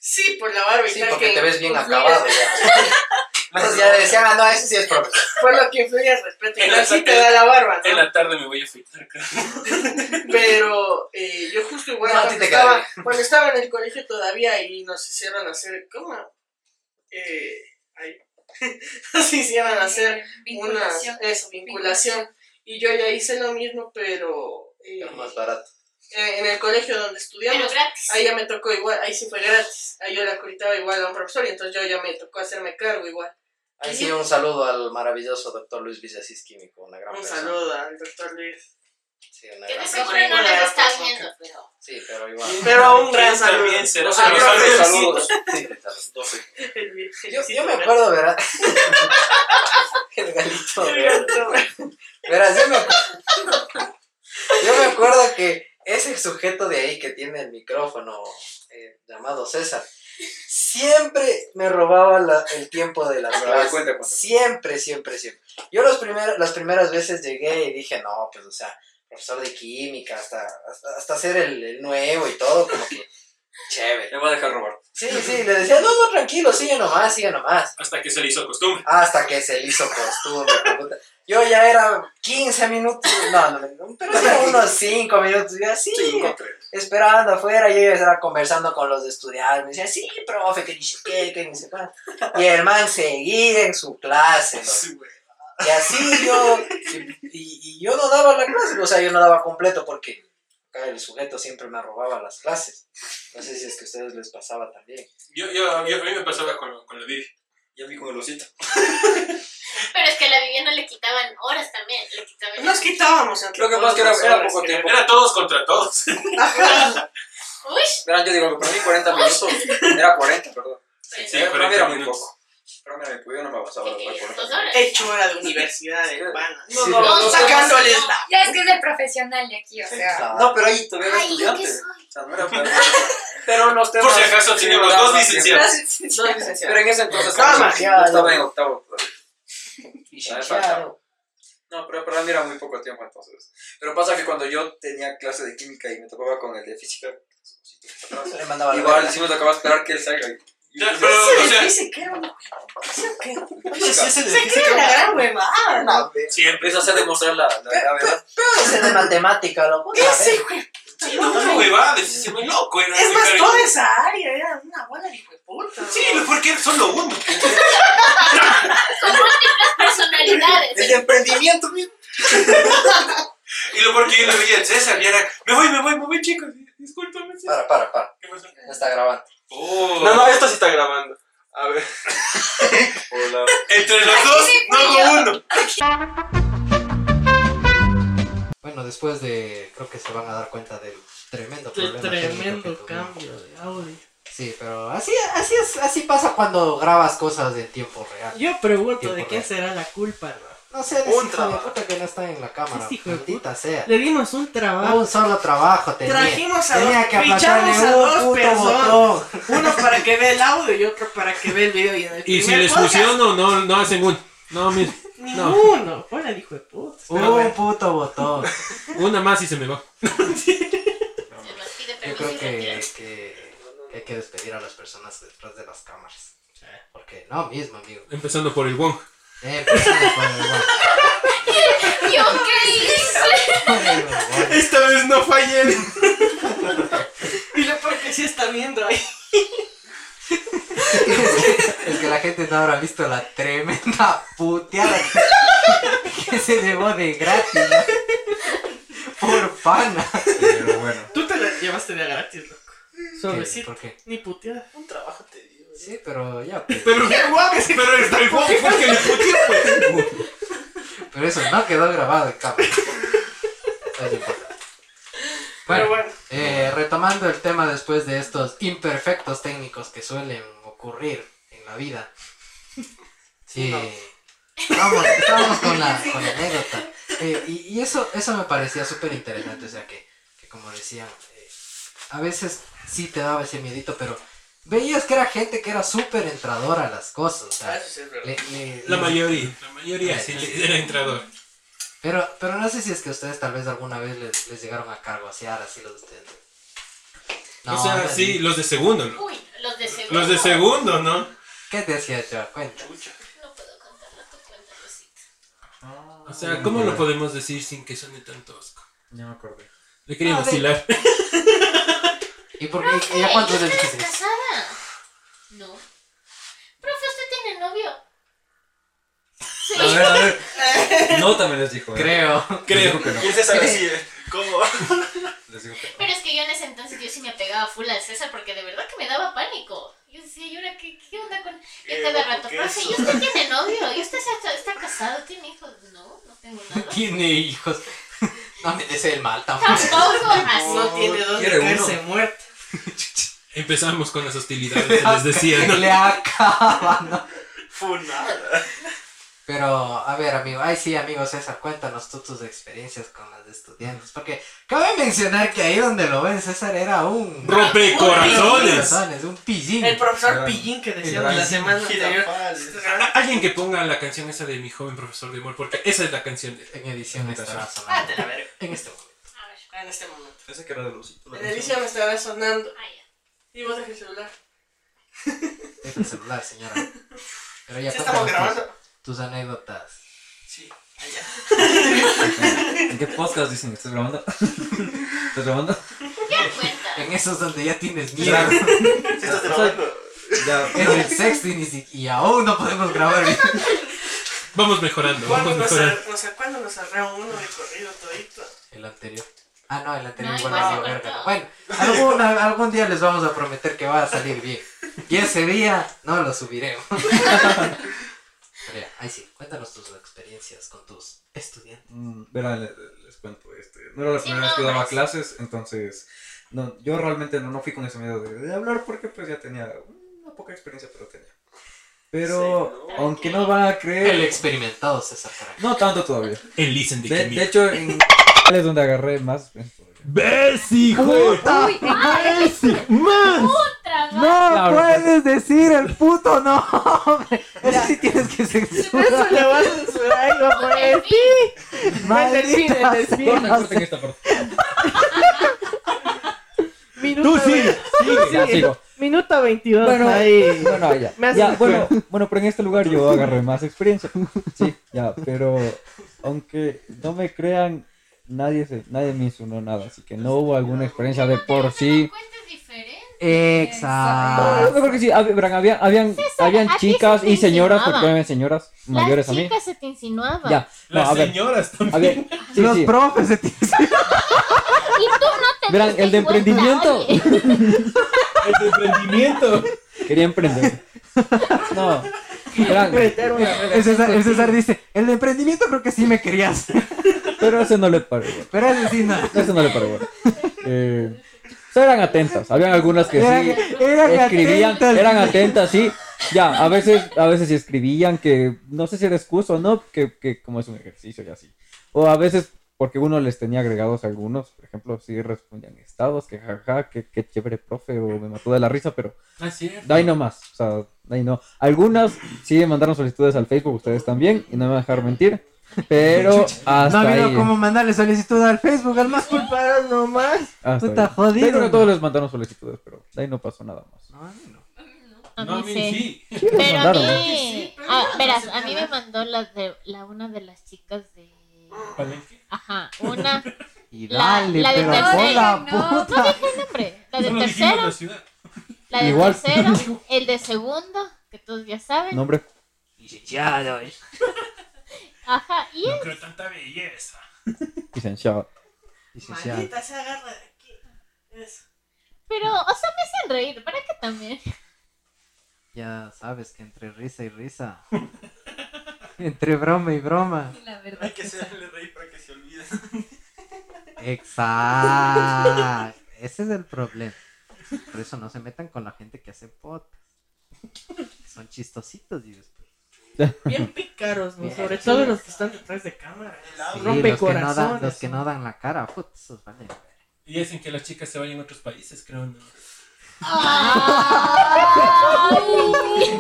Speaker 8: Sí, pues, por la barba y
Speaker 7: Sí,
Speaker 8: tal,
Speaker 7: porque
Speaker 8: que
Speaker 7: te ves bien
Speaker 8: influye-
Speaker 7: acabado ya. Entonces ya decían, ah, no, ese sí es profesor.
Speaker 8: Fue lo que influye al respeto. Y
Speaker 6: En la
Speaker 8: tal, sí
Speaker 6: parte-
Speaker 8: te da la barba,
Speaker 6: En
Speaker 8: ¿no?
Speaker 6: la tarde me voy a afeitar, creo.
Speaker 8: Pero eh, yo justo igual
Speaker 7: No, a ti
Speaker 8: cuando,
Speaker 7: te queda
Speaker 8: estaba, cuando estaba en el colegio todavía y nos hicieron hacer. ¿Cómo? Eh, ahí. nos hicieron hacer
Speaker 9: Eh,
Speaker 8: una
Speaker 9: vinculación.
Speaker 8: eso, vinculación. Y yo ya hice lo mismo, pero eh,
Speaker 7: Era más barato.
Speaker 8: eh, en el colegio donde
Speaker 3: Pero
Speaker 8: estudiamos,
Speaker 3: gratis.
Speaker 8: ahí ya me tocó igual, ahí sí fue gratis. Ahí yo le acreditaba igual a un profesor y entonces yo ya me tocó hacerme cargo igual.
Speaker 7: Ahí sí, un saludo al maravilloso doctor Luis Villacís Químico, una gran
Speaker 8: Un
Speaker 7: persona.
Speaker 8: saludo al doctor Luis.
Speaker 7: Sí, una
Speaker 3: Que de
Speaker 7: gran
Speaker 3: seguro
Speaker 7: persona.
Speaker 3: no les está
Speaker 8: Persona.
Speaker 3: viendo, pero.
Speaker 7: Sí, pero igual.
Speaker 8: Pero un gran
Speaker 6: Él
Speaker 8: saludo.
Speaker 6: También será
Speaker 8: O sea,
Speaker 6: un
Speaker 8: yo-
Speaker 6: profesor.
Speaker 7: saludos. Sí, saludos.
Speaker 8: El virgen,
Speaker 7: Yo,
Speaker 8: sí,
Speaker 7: yo me
Speaker 8: ¿verdad?
Speaker 7: acuerdo, ¿verdad? El galito,
Speaker 8: El
Speaker 7: ¿verdad?
Speaker 8: gato.
Speaker 7: Verás, yo me, acu- yo me acuerdo que ese sujeto de ahí que tiene el micrófono, eh, llamado César, siempre me robaba la- el tiempo de las
Speaker 5: Ah,
Speaker 7: clases.
Speaker 5: cuenta, cuenta.
Speaker 7: Siempre, siempre, siempre. Yo los primer- las primeras veces llegué y dije, no, pues, o sea, profesor de química, hasta, hasta, hasta ser el, el nuevo y todo, como que chévere.
Speaker 5: Me va a dejar robar.
Speaker 7: Sí, sí, le decía, no, no, tranquilo, sigue nomás, sigue nomás.
Speaker 6: Hasta que se le hizo costumbre.
Speaker 7: Hasta que se le hizo costumbre. hijo de puta. Yo ya era 15 minutos, no, no, no, pero sí era unos 5 minutos, yo así,
Speaker 5: Cinco, tres.
Speaker 7: esperando afuera, yo ya estaba conversando con los estudiantes, me decía, sí, profe, que dice qué, que ni sé cuánto. Y el man seguía en su clase, loco.
Speaker 6: Sí, güey.
Speaker 7: y así yo, y, y yo no daba la clase, o sea, yo no daba completo porque acá el sujeto siempre me robaba las clases. No sé si es que a ustedes les pasaba también.
Speaker 6: Yo, yo, yo- a mí me pasaba con, con la Vivi.
Speaker 5: Y a mí con el osito.
Speaker 3: Pero es que a la vivienda le quitaban horas también. Le quitaban.
Speaker 8: Nos quitábamos entre
Speaker 5: Lo que pasa es que
Speaker 8: todos
Speaker 5: era- era
Speaker 8: las
Speaker 5: poco
Speaker 8: horas
Speaker 5: tiempo.
Speaker 6: Era todos contra todos.
Speaker 8: que- Ajá.
Speaker 3: Uy,
Speaker 5: Verán, yo digo algo, para mí 40 minutos. Era 40, perdón.
Speaker 3: pues.
Speaker 6: Sí,
Speaker 5: Era- para mí
Speaker 6: 40
Speaker 5: era muy
Speaker 6: minutos.
Speaker 5: poco. Pero mira, mi pollo no me avanzaba la verdad,
Speaker 3: ¿Qué quieres, dos
Speaker 5: 40 minutos.
Speaker 3: horas?
Speaker 8: Hecho hora de universidad de pana.
Speaker 5: No,
Speaker 7: Sí,
Speaker 5: no, no,
Speaker 7: pero-
Speaker 3: No,
Speaker 5: no,
Speaker 8: Sacándoles
Speaker 3: no.
Speaker 8: la.
Speaker 9: Ya es que es de profesional de aquí, o sea.
Speaker 7: Ah,
Speaker 5: No, pero ahí todavía era
Speaker 3: Ay, ¿yo qué
Speaker 5: estudiante.
Speaker 3: soy?
Speaker 5: O sea, no era tan- Pero los temas.
Speaker 6: Por si acaso
Speaker 5: sí
Speaker 6: tenemos
Speaker 5: duraban
Speaker 6: dos
Speaker 5: más tiempo.
Speaker 6: licenciados.
Speaker 8: Soy licenciado.
Speaker 5: Pero en ese entonces
Speaker 8: Nada
Speaker 5: estaba-
Speaker 8: más.
Speaker 5: yo estaba en octavo. pues.
Speaker 7: y
Speaker 5: Ya,
Speaker 7: chicheado.
Speaker 5: No, pero para mí era muy poco tiempo entonces. Pero pasa que cuando yo tenía clase de química y me topaba con el de física,
Speaker 7: Le mandaba la
Speaker 5: igual
Speaker 7: verga.
Speaker 5: sí me tocaba esperar que él salga. y- y-
Speaker 6: Ya, pero, pues, o sea,
Speaker 5: Física.
Speaker 8: Se cree la gran huevada. ¿no?
Speaker 5: Sí, empieza a hacer demostrar la, la, la verdad.
Speaker 7: Ese de matemática, loco.
Speaker 8: ¿Qué
Speaker 7: la
Speaker 8: es
Speaker 7: verga.
Speaker 8: hijo de puta?
Speaker 6: sí,
Speaker 8: No,
Speaker 6: no, una
Speaker 8: no.
Speaker 6: huevada. Se me loco. Era
Speaker 8: Es
Speaker 6: ese
Speaker 8: más,
Speaker 6: cara.
Speaker 8: toda esa área era una bola de hijo de puta.
Speaker 6: Sí, porque son lo uno.
Speaker 3: personalidades.
Speaker 5: El de emprendimiento mismo.
Speaker 6: Y lo porque yo le veía a César y era, me voy, me voy, me voy, chicos. Discúlpame, César.
Speaker 7: Para, para, para.
Speaker 6: ¿Qué pasó?
Speaker 7: Ya está grabando.
Speaker 6: Oh.
Speaker 4: No, no, esto sí está grabando. A ver.
Speaker 5: Hola.
Speaker 6: Entre los dos,
Speaker 9: sí
Speaker 6: no
Speaker 9: fui yo.
Speaker 6: hubo uno.
Speaker 7: Bueno, después de. Creo que se van a dar cuenta del tremendo problema. técnico que tuvimos.
Speaker 8: de audio.
Speaker 7: Sí, pero así, así, es, así pasa cuando grabas cosas en tiempo real.
Speaker 8: Yo pregunto
Speaker 7: ¿de quién
Speaker 8: será la culpa, ¿no?
Speaker 7: No sé, de
Speaker 4: Un
Speaker 7: ese hijo de
Speaker 4: trabajo.
Speaker 7: puta que no está en la cámara.
Speaker 8: Este hijo de
Speaker 7: Maldita sea.
Speaker 8: Le dimos un trabajo.
Speaker 7: Un solo trabajo tenía.
Speaker 8: Trajimos a
Speaker 7: tenía
Speaker 8: dos-
Speaker 7: que apretarle
Speaker 8: fichamos a
Speaker 7: un
Speaker 8: dos
Speaker 7: puto
Speaker 8: personas.
Speaker 7: botón.
Speaker 8: Uno para que vea el audio y otro para que vea el video. Y, en el
Speaker 11: Y si
Speaker 8: primer
Speaker 11: les
Speaker 8: podcast,
Speaker 11: fusiono, no, no hacen un. No, mira,
Speaker 8: Ninguno. Hola, hijo de puta. Pero
Speaker 7: Un
Speaker 8: bueno.
Speaker 7: puto botón.
Speaker 11: una más y se me va.
Speaker 3: Nos pide permiso
Speaker 7: Yo creo
Speaker 3: y
Speaker 7: que,
Speaker 3: retiras.
Speaker 7: que hay que despedir a las personas detrás de las cámaras. Porque no mismo, amigo.
Speaker 11: Empezando por el Wong.
Speaker 7: Eh, empezando por el guapo.
Speaker 3: ¿Yo qué hice?
Speaker 11: Esta vez no fallé.
Speaker 8: Y lo peor que sí está viendo ahí.
Speaker 7: Es que la gente no habrá visto la tremenda puteada que se llevó de gratis. ¿no? Por pana.
Speaker 5: Pero bueno.
Speaker 8: Tú te la llevaste de gratis, loco.
Speaker 7: ¿Qué?
Speaker 8: Suavecito.
Speaker 7: ¿Por qué?
Speaker 8: Ni puteada. Un trabajo te dio. eh.
Speaker 7: Sí, pero ya, pues,
Speaker 11: Pero, pero el Wong fue el que le puteó, pues.
Speaker 7: pero, Pero eso no quedó grabado pues. en cámara. No importa. Bueno,
Speaker 8: Pero bueno.
Speaker 7: eh, retomando el tema después de estos imperfectos técnicos que suelen ocurrir en la vida. Sí. Vamos, estábamos con la, con la anécdota. Eh, y y eso, eso me parecía súper interesante. O sea, que, que como decían, eh, a veces sí te daba ese miedito, pero veías que era gente que era súper entradora a las cosas. o sea,
Speaker 8: Ah,
Speaker 7: le- le-
Speaker 6: La
Speaker 7: le-
Speaker 6: mayoría, la mayoría sí le- era entrador.
Speaker 7: Pero, pero no sé si es que ustedes tal vez alguna vez les, les llegaron a cargosear así los de ustedes.
Speaker 6: o sea,
Speaker 7: no,
Speaker 6: sí, los de segundo, ¿no?
Speaker 3: Uy, los de segundo.
Speaker 6: Los de segundo, ¿no?
Speaker 7: ¿Qué te decía yo? Cuenta.
Speaker 3: No puedo contarlo, tú cuéntalo, sí.
Speaker 6: O sea, ¿cómo lo podemos decir sin que suene tan tosco?
Speaker 7: Ya me acordé.
Speaker 6: Le queríamos
Speaker 3: A ver.
Speaker 6: hilar.
Speaker 7: ¿Y por
Speaker 3: Profe,
Speaker 7: qué? ¿Y a cuántos
Speaker 3: ¿yo
Speaker 7: les
Speaker 3: estaba
Speaker 7: dijiste?
Speaker 3: casada? No. Profe, ¿usted tiene novio? Sí.
Speaker 5: A ver, a ver. No también les dijo. ¿eh?
Speaker 7: Creo.
Speaker 5: Les dijo que no.
Speaker 12: Y usted sabe si, eh, ¿cómo?
Speaker 5: Les dijo que
Speaker 3: Pero es que yo en ese entonces yo sí me pegaba full al César porque de verdad que me daba pánico. Yo decía, ¿y ahora qué, qué onda con.?
Speaker 12: Eh,
Speaker 3: Y cada
Speaker 12: loco,
Speaker 3: rato,
Speaker 12: ¿qué
Speaker 3: profe,
Speaker 12: es?
Speaker 3: ¿y usted tiene novio? ¿Y usted está, está casado? ¿Tiene hijos? No, no tengo nada.
Speaker 7: Tiene hijos. No me desee el mal tampoco.
Speaker 3: Tampoco, así.
Speaker 8: No tiene dónde
Speaker 6: quiere uno.
Speaker 8: caerse muerto.
Speaker 6: Empezamos con las hostilidades, se les decía, ¿no?
Speaker 7: Le acaba, ¿no?
Speaker 12: Funada.
Speaker 7: Pero, a ver, amigo, ay sí, amigo César, cuéntanos tú tus experiencias con las de estudiantes. Porque cabe mencionar que ahí donde lo ven, César era un.
Speaker 6: Rompecorazones.
Speaker 7: Un pillín.
Speaker 8: El profesor
Speaker 6: Gran-
Speaker 8: Pillín que
Speaker 6: gran-
Speaker 8: decíamos la semana anterior.
Speaker 6: A- Alguien que ponga la canción esa de mi joven profesor de humor, porque esa es la canción de
Speaker 7: En edición estará
Speaker 8: Ah,
Speaker 7: sonando.
Speaker 8: te la verga.
Speaker 7: En este momento.
Speaker 3: A ver.
Speaker 8: En este momento.
Speaker 5: Ese que era de Lucito.
Speaker 8: En Alicia me estará sonando.
Speaker 3: Ah, ya.
Speaker 8: Y vos dejes el celular.
Speaker 7: Deja el celular, señora. Pero ya
Speaker 8: Ya estamos
Speaker 7: cuéntanos
Speaker 8: grabando.
Speaker 7: tus, tus anécdotas.
Speaker 8: Sí, allá.
Speaker 5: ¿En qué podcast dicen que estás grabando? ¿Estás grabando?
Speaker 3: Ya cuenta.
Speaker 7: En esos donde ya tienes miedo.
Speaker 5: Ya.
Speaker 12: ¿Sí estás grabando?
Speaker 5: Ya.
Speaker 7: En el sexting y, si- y aún no podemos grabar. bien.
Speaker 6: Vamos mejorando,
Speaker 8: ¿Cuándo
Speaker 6: vamos
Speaker 8: nos, ar-
Speaker 6: mejorando.
Speaker 8: no sé cuándo nos arreó uno de corrido todito?
Speaker 7: El anterior. Ah, no, el anterior
Speaker 3: No,
Speaker 7: igual
Speaker 3: igual
Speaker 7: valió
Speaker 3: se
Speaker 7: verga.
Speaker 3: cortó.
Speaker 7: Bueno, algún, algún día les vamos a prometer que va a salir bien. Y ese día no lo subiremos. Pero ya, ahí sí, cuéntanos tus experiencias con tus estudiantes.
Speaker 5: Mm, Verán, le- les, cuento. Este, no era la
Speaker 3: Sí,
Speaker 5: primera
Speaker 3: no,
Speaker 5: vez que daba
Speaker 3: pues.
Speaker 5: clases, entonces no, yo realmente no, no fui con ese miedo de, de hablar porque pues ya tenía una poca experiencia, pero tenía. Pero
Speaker 3: Sí, ¿no?
Speaker 5: aunque no van a creer,
Speaker 7: El experimentado César Caraca.
Speaker 5: no tanto todavía.
Speaker 6: El listen de,
Speaker 5: De,
Speaker 6: Kimi.
Speaker 5: de hecho, en es donde agarré más experiencia todavía.
Speaker 6: ¡Ves, hijo!
Speaker 3: Uy, ay,
Speaker 7: ¡Más!
Speaker 3: otra vez.
Speaker 7: ¡No
Speaker 5: La verdad.
Speaker 7: decir el puto nombre! Eso sí tienes que censurar.
Speaker 8: lo vas a censurar y lo
Speaker 3: Pobre fin.
Speaker 7: ¡Maldita
Speaker 5: Corten, corten esta parte.
Speaker 7: ¡Tú sí!
Speaker 5: Ya sigo.
Speaker 8: Minuto 22
Speaker 5: Bueno,
Speaker 8: ahí.
Speaker 5: bueno, ya.
Speaker 8: Me hace
Speaker 5: Ya,
Speaker 8: el
Speaker 5: bueno, bueno, pero en este lugar yo agarré más experiencia. Sí, ya, pero aunque no me crean, nadie se, nadie me hizo no nada, así que no hubo alguna experiencia de por sí.
Speaker 3: Cuenta es diferente.
Speaker 5: No,
Speaker 7: Exacto.
Speaker 5: yo creo que sí, hab- verán, había- habían,
Speaker 3: César,
Speaker 5: habían
Speaker 3: ¿a ti
Speaker 5: chicas
Speaker 3: se te
Speaker 5: y señoras,
Speaker 3: insinuaba?
Speaker 5: porque eran señoras mayores a
Speaker 3: Las
Speaker 5: mí.
Speaker 3: chicas se te insinuaban.
Speaker 5: Ya, no,
Speaker 6: Las
Speaker 5: a ver,
Speaker 6: señoras también.
Speaker 5: a ver, sí,
Speaker 7: Los
Speaker 5: sí.
Speaker 7: profes de ti.
Speaker 3: Y tú no te
Speaker 5: Verán,
Speaker 3: diste
Speaker 5: el de
Speaker 3: cuenta,
Speaker 5: emprendimiento.
Speaker 3: oye.
Speaker 6: El de emprendimiento.
Speaker 5: Quería emprender. No, verán,
Speaker 7: El César, el César dice, el de emprendimiento creo que sí me querías.
Speaker 5: pero eso no le paró.
Speaker 7: Pero ese sí no.
Speaker 5: Eso no le paró. bueno. Eh, o sea, eran atentas. Habían algunas que
Speaker 7: Eran,
Speaker 5: sí
Speaker 7: eran
Speaker 5: escribían,
Speaker 7: atentas.
Speaker 5: eran atentas, sí. Ya, a veces, a veces sí escribían que no sé si era excusa o no, que, que como es un ejercicio y así. O a veces porque uno les tenía agregados algunos, por ejemplo, sí respondían estados, que jaja, que, que chévere profe, o me mató de la risa, pero
Speaker 6: Ah, cierto.
Speaker 5: de ahí no más, o sea, de ahí no. Algunas sí me mandaron solicitudes al Facebook, ustedes también, y no me van a dejar mentir, pero
Speaker 7: No ha
Speaker 5: hasta
Speaker 7: habido
Speaker 5: ahí.
Speaker 7: como mandarle solicitud al Facebook, al más culpado nomás.
Speaker 5: hasta
Speaker 7: Puta,
Speaker 5: ahí.
Speaker 7: jodido,
Speaker 5: Yo creo que
Speaker 7: ¿no?
Speaker 5: todos les mandaron solicitudes, pero de ahí no pasó nada más.
Speaker 3: A
Speaker 6: No, a mí sí.
Speaker 5: Sí, les
Speaker 3: Pero a
Speaker 5: mandaron, ¿no?
Speaker 3: mí, ah, verás, a mí me mandó la de la una de las chicas de
Speaker 6: Palenque.
Speaker 3: Ajá, una
Speaker 7: Y
Speaker 3: La-
Speaker 7: dale,
Speaker 3: la de
Speaker 7: pero
Speaker 3: tercero,
Speaker 7: por la
Speaker 13: no,
Speaker 3: no
Speaker 7: puta.
Speaker 3: dije el nombre, la
Speaker 6: No
Speaker 3: del
Speaker 6: lo dijimos
Speaker 3: tercero,
Speaker 6: la ciudad.
Speaker 3: la del
Speaker 5: Igual.
Speaker 3: tercero, el de segundo, que todos ya saben,
Speaker 5: Nombre.
Speaker 7: Licenciado.
Speaker 5: eh.
Speaker 3: ajá, y
Speaker 6: No
Speaker 3: él,
Speaker 6: creo tanta belleza.
Speaker 5: Licenciado.
Speaker 7: Licenciado.
Speaker 8: Maldita, se agarra de aquí. Eso.
Speaker 3: pero, o sea, me hacen reír, ¿para qué también?
Speaker 7: Ya sabes que entre risa y risa Entre broma y broma.
Speaker 14: La verdad.
Speaker 8: Hay que hacerle reír para que se olvide.
Speaker 7: Exacto. Ese es el problema. Por eso no se metan con la gente que hace podcast. Son chistositos y después.
Speaker 15: Bien pícaros, ¿no?
Speaker 7: Bien.
Speaker 15: sobre todo los que están detrás de cámara.
Speaker 7: Sí,
Speaker 15: Rompe
Speaker 7: los, que no dan, los
Speaker 15: corazones.
Speaker 7: que no dan la cara, put, esos vale.
Speaker 6: Y dicen que las chicas se vayan a otros países, creo, ¿no?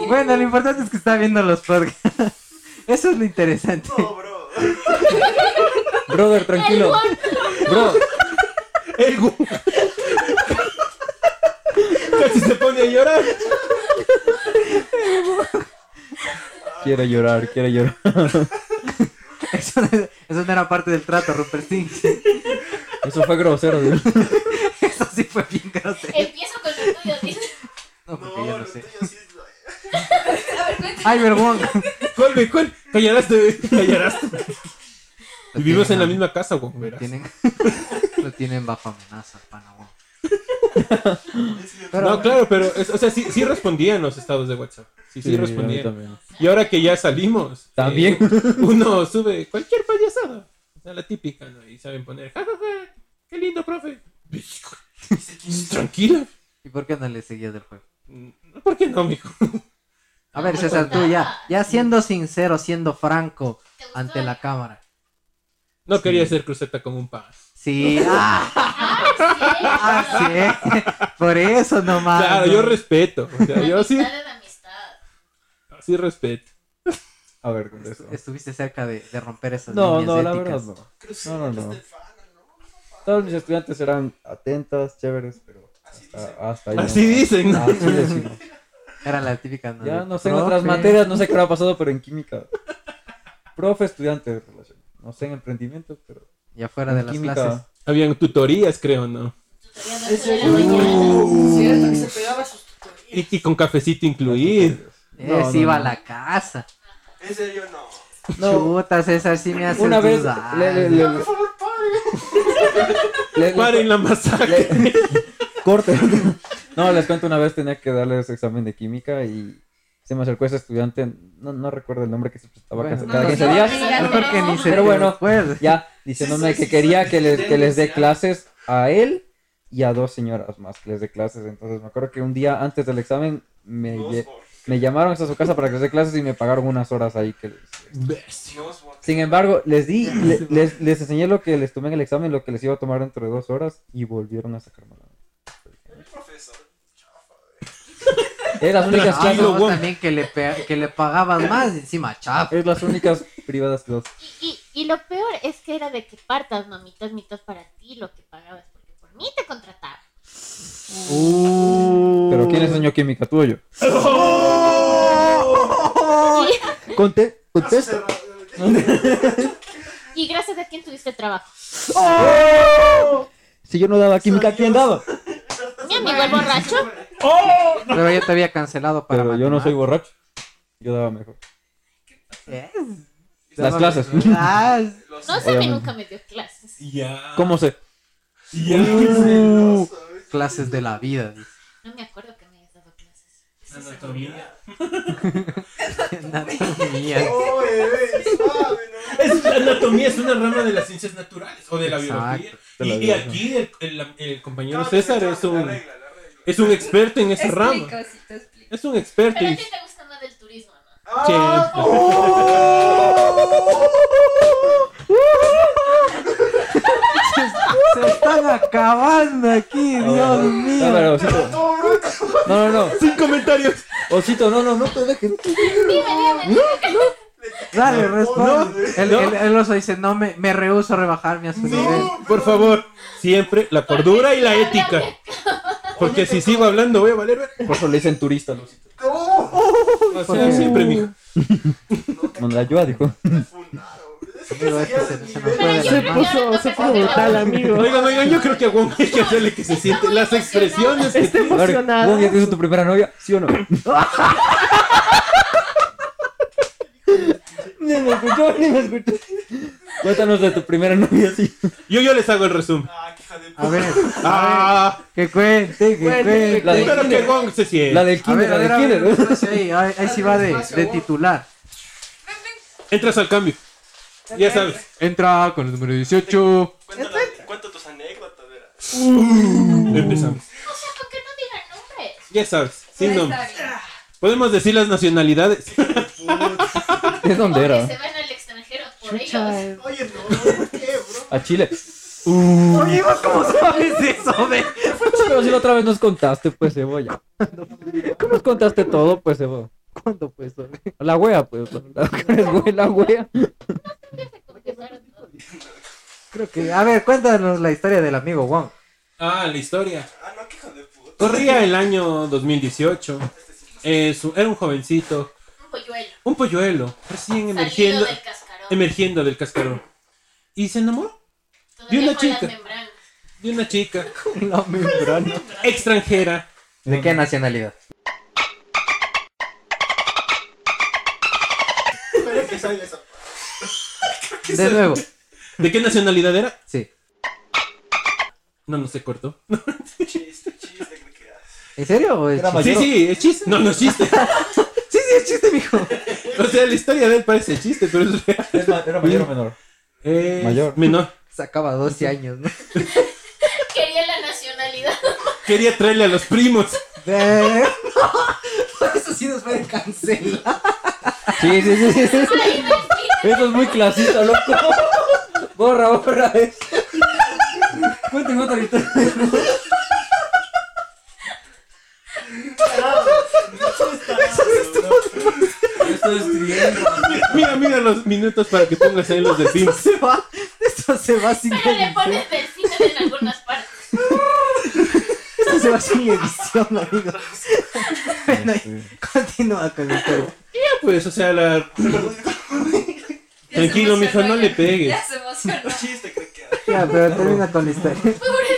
Speaker 7: Bueno, lo importante es que está viendo los podcasts. Eso es lo interesante.
Speaker 5: Brother, tranquilo. Bro. El gu- Casi se pone a llorar. Quiere llorar, quiere llorar.
Speaker 7: Eso, eso no era parte del trato, Rupert Singh.
Speaker 5: Eso fue grosero. dude.
Speaker 7: Eso sí fue bien grosero.
Speaker 3: Empiezo con lo tuyo, dice.
Speaker 7: No, porque yo no sé.
Speaker 3: A ver, cuéntame.
Speaker 7: Ay, vergón.
Speaker 6: ¿Cuál, güey? ¿Cuál? Callarás, callarás. Vivimos en la
Speaker 7: tienen-
Speaker 6: misma casa, güey. verás.
Speaker 7: Tienen, lo tienen bajo amenaza, Panamá. Pero-
Speaker 6: no, claro, pero, es- o sea, sí, sí respondían los estados de WhatsApp. Sí, sí,
Speaker 5: Sí,
Speaker 6: respondían.
Speaker 5: a mí también.
Speaker 6: Y ahora que ya salimos,
Speaker 5: También.
Speaker 6: eh, uno sube cualquier payasada. O sea, la típica, ¿no? Y saben poner, jajaja, qué lindo, profe. Tranquila.
Speaker 7: ¿Y por qué no le seguías del juego?
Speaker 6: ¿Por qué no, mijo?
Speaker 7: A ver, César, tú ya, ya siendo sincero, siendo franco ante la cámara.
Speaker 6: No quería hacer cruceta con un pan.
Speaker 7: Sí, ah,
Speaker 3: Ah,
Speaker 7: sí, por eso
Speaker 5: Ah,
Speaker 7: nomás.
Speaker 6: Claro,
Speaker 7: ¿no?
Speaker 6: yo respeto. O sea, yo sí,
Speaker 3: Amistad de amistad.
Speaker 6: sí respeto.
Speaker 5: A ver, con eso.
Speaker 7: Estuviste cerca de, de romper esas
Speaker 5: No,
Speaker 7: líneas
Speaker 5: no, la verdad
Speaker 7: éticas.
Speaker 5: no. No, no, no. Todos mis estudiantes eran atentas, chéveres, pero hasta, hasta ahí no.
Speaker 6: Así dicen, ¿no?
Speaker 5: Así decimos.
Speaker 7: Era la típica. ¿no?
Speaker 5: Ya
Speaker 7: De,
Speaker 5: no sé en
Speaker 7: "Profe".
Speaker 5: otras materias, no sé qué habrá pasado, pero en química. Profe, estudiante de relación. No sé en emprendimiento, pero.
Speaker 7: Ya fuera de
Speaker 5: en
Speaker 7: las
Speaker 5: química-
Speaker 7: clases.
Speaker 6: Habían tutorías, creo, ¿no?
Speaker 3: Tutoría de ocho de la mañana.
Speaker 15: Cierto que se pegaba sus tutorías.
Speaker 6: Y, y con cafecito incluido.
Speaker 7: Eh,
Speaker 5: No,
Speaker 7: sí
Speaker 5: no,
Speaker 7: iba
Speaker 5: no.
Speaker 7: a la casa.
Speaker 8: En serio, no.
Speaker 5: No,
Speaker 7: Chuta, César, sí me haces
Speaker 5: una vez.
Speaker 7: dudar.
Speaker 5: Le, le, le,
Speaker 8: Por favor, pare.
Speaker 5: le- le-
Speaker 6: Paren la masacre.
Speaker 5: le- corte. No, les cuento una vez tenía que darles examen de química y se me acercó ese estudiante, no, no recuerdo el nombre que se presentaba
Speaker 7: Bueno,
Speaker 5: cada
Speaker 7: no,
Speaker 5: 15
Speaker 7: no,
Speaker 5: días.
Speaker 7: no, no, porque ni se
Speaker 5: Pero
Speaker 7: te
Speaker 5: bueno,
Speaker 7: acuerde.
Speaker 5: ya diciéndome que quería que les, que les dé clases a él y a dos señoras más que les dé clases. Entonces me acuerdo que un día antes del examen me, lle- me llamaron hasta su casa para que les dé clases y me pagaron unas horas ahí. Que les- este,
Speaker 8: Dios, por-
Speaker 5: Sin embargo, les di, le- les, les enseñé lo que les tomé en el examen, lo que les iba a tomar dentro de dos horas y volvieron a sacarme la nota.
Speaker 8: El profesor.
Speaker 5: Es las únicas
Speaker 7: Ah,
Speaker 5: clases,
Speaker 7: no, también que le, pe- que le pagaban más y encima, chapa.
Speaker 5: es las únicas privadas que dos.
Speaker 3: Y, y, y lo peor es que era de que partas, mamitas, mitas para ti, lo que pagabas, porque por mí te contrataban.
Speaker 5: Pero ¿quién enseñó química? ¿Tú o yo? ¡Oh! Conte, contesta.
Speaker 3: Y gracias a quien tuviste trabajo.
Speaker 5: Si yo no daba química, ¿quién daba?
Speaker 3: Mi amigo el borracho.
Speaker 7: Pero yo te había cancelado para.
Speaker 5: Pero yo no soy
Speaker 7: matemáticas.
Speaker 5: borracho. Yo daba mejor.
Speaker 7: Es-
Speaker 5: Las clases.
Speaker 7: Ah, es-
Speaker 3: No sabe,
Speaker 5: Obviamente.
Speaker 3: nunca me dio clases.
Speaker 6: Ya.
Speaker 5: ¿Cómo sé?
Speaker 6: Ya.
Speaker 7: clases de la vida.
Speaker 3: No me acuerdo que me hayas dado clases.
Speaker 6: Anatomía.
Speaker 7: Anatomía.
Speaker 8: Oh, bebé, suave, no.
Speaker 6: Es- la anatomía es una rama de las ciencias naturales o de la
Speaker 7: Exacto,
Speaker 6: biología.
Speaker 5: de la
Speaker 6: Y, y
Speaker 5: biología.
Speaker 6: aquí el, el- el compañero
Speaker 8: No,
Speaker 6: César
Speaker 8: no,
Speaker 6: es
Speaker 8: no,
Speaker 6: un,
Speaker 8: arregla, la arregla.
Speaker 6: es un experto en esa rama.
Speaker 14: Explico, sí, te explico.
Speaker 6: Es un experto.
Speaker 3: Pero a
Speaker 6: Y...
Speaker 3: ti te gusta más del turismo, ¿no?
Speaker 6: Sí.
Speaker 7: Se están acabando aquí, Dios mío.
Speaker 5: No, pero, Osito. No, no, no. Sin comentarios. Osito, no, no, no te dejes.
Speaker 7: Dale, responde. el,
Speaker 6: no.
Speaker 7: el- el oso dice, no, me, me rehúso a rebajarme a su nivel.
Speaker 6: Por favor, siempre la cordura y la ética. Porque si sigo hablando voy a valer. ver-
Speaker 5: Por eso le dicen turista al Osito.
Speaker 6: O sea, siempre, mijo.
Speaker 5: Manda yo, dijo.
Speaker 7: Amigo, este se, se nos fue
Speaker 3: Pero yo
Speaker 7: de las
Speaker 3: creo que
Speaker 7: manos.
Speaker 3: ahora no se puede grabar.
Speaker 6: Oigan, oigan, yo creo que a Wong hay que hacerle que se siente las expresiones. que
Speaker 5: Este-
Speaker 6: tiene.
Speaker 5: Emocionado. ¿Vos ya te hizo tu primera novia? ¿Sí o no? ni me escuchó, ni me escuchó. Cuéntanos de tu primera novia, sí.
Speaker 6: Yo, yo les hago el resumen.
Speaker 8: Ah, qué hija de
Speaker 7: A ver,
Speaker 6: Ah,
Speaker 7: que cuente, que cuente.
Speaker 5: la de-
Speaker 6: espero que Wong se siente.
Speaker 5: La del
Speaker 7: A
Speaker 5: kinder,
Speaker 7: ver, a
Speaker 5: la
Speaker 7: ver,
Speaker 5: del
Speaker 7: a ver,
Speaker 5: kinder.
Speaker 7: ahí, ahí- ahí sí va de, de titular.
Speaker 11: Entras al cambio. Ya sabes.
Speaker 5: Entra con el número 18.
Speaker 8: Cuéntala- Cuenta tus anécdotas, verás.
Speaker 11: Empezamos.
Speaker 3: O sea, ¿por qué no digan nombres?
Speaker 11: Ya sabes. Sin
Speaker 3: Ahí
Speaker 11: nombre.
Speaker 3: está bien.
Speaker 11: Podemos decir las nacionalidades.
Speaker 5: ¿De dónde
Speaker 3: Porque
Speaker 5: era?
Speaker 3: se van al extranjero por
Speaker 5: Chucha.
Speaker 8: eh.
Speaker 16: Eh.
Speaker 3: ellos.
Speaker 17: Oye, no, ¿qué, bro?
Speaker 5: A Chile. Uh.
Speaker 17: Oye, ¿vos cómo sabes
Speaker 5: eso de? Pero si la otra vez nos contaste, pues cebolla. ¿Cómo nos contaste todo, pues cebolla?
Speaker 7: ¿Cuándo fue eso?
Speaker 5: La wea, pues. La, la wea.
Speaker 7: Creo que. A ver, cuéntanos la historia del amigo Wong.
Speaker 11: Ah, la historia. Corría el año 2018. Eh, su- era un jovencito,
Speaker 3: Un polluelo.
Speaker 11: un polluelo, recién
Speaker 3: Salido
Speaker 11: emergiendo, em-
Speaker 3: del cascarón.
Speaker 11: emergiendo del cascarón. Y se enamoró
Speaker 3: Todavía
Speaker 11: una
Speaker 3: con la
Speaker 11: chica.
Speaker 3: membrana.
Speaker 11: de una chica
Speaker 5: La membrana.
Speaker 11: extranjera.
Speaker 7: ¿De qué nacionalidad?
Speaker 17: Espera que salga esa.
Speaker 7: De nuevo.
Speaker 11: ¿De qué nacionalidad era?
Speaker 7: Sí.
Speaker 11: No, no se cortó.
Speaker 7: ¿En serio? o es
Speaker 11: Era
Speaker 7: chiste?
Speaker 11: mayor. Sí, sí, es chiste. No, no es chiste.
Speaker 7: Sí, sí, es chiste, mijo.
Speaker 11: O sea, la historia de él parece chiste, pero es real.
Speaker 5: ¿Era mayor o menor?
Speaker 11: Eh,
Speaker 5: Mayor.
Speaker 11: Menor.
Speaker 7: Sacaba 12 años, ¿no?
Speaker 3: Quería la nacionalidad.
Speaker 11: Quería traerle a los primos.
Speaker 7: De- Por eso sí nos pueden cancelar.
Speaker 5: Sí, sí, sí, sí, sí. Eso es muy clasista, loco. Borra, borra eso. Cuéntame otra historia.
Speaker 7: Estoy destruyendo.
Speaker 11: Mira, mira los minutos para que pongas ahí los de
Speaker 7: Esto
Speaker 11: Sims.
Speaker 7: se va. Esto se va sin
Speaker 3: Pero le
Speaker 7: edición.
Speaker 3: pones delfines en algunas partes.
Speaker 7: Esto se va sin edición, amigos. Bueno, continúa con la historia.
Speaker 11: Ya, pues, o sea, la... Tranquilo, mijo, no le pegues.
Speaker 18: Ya se emocionó.
Speaker 7: Ya, pero termina con la historia.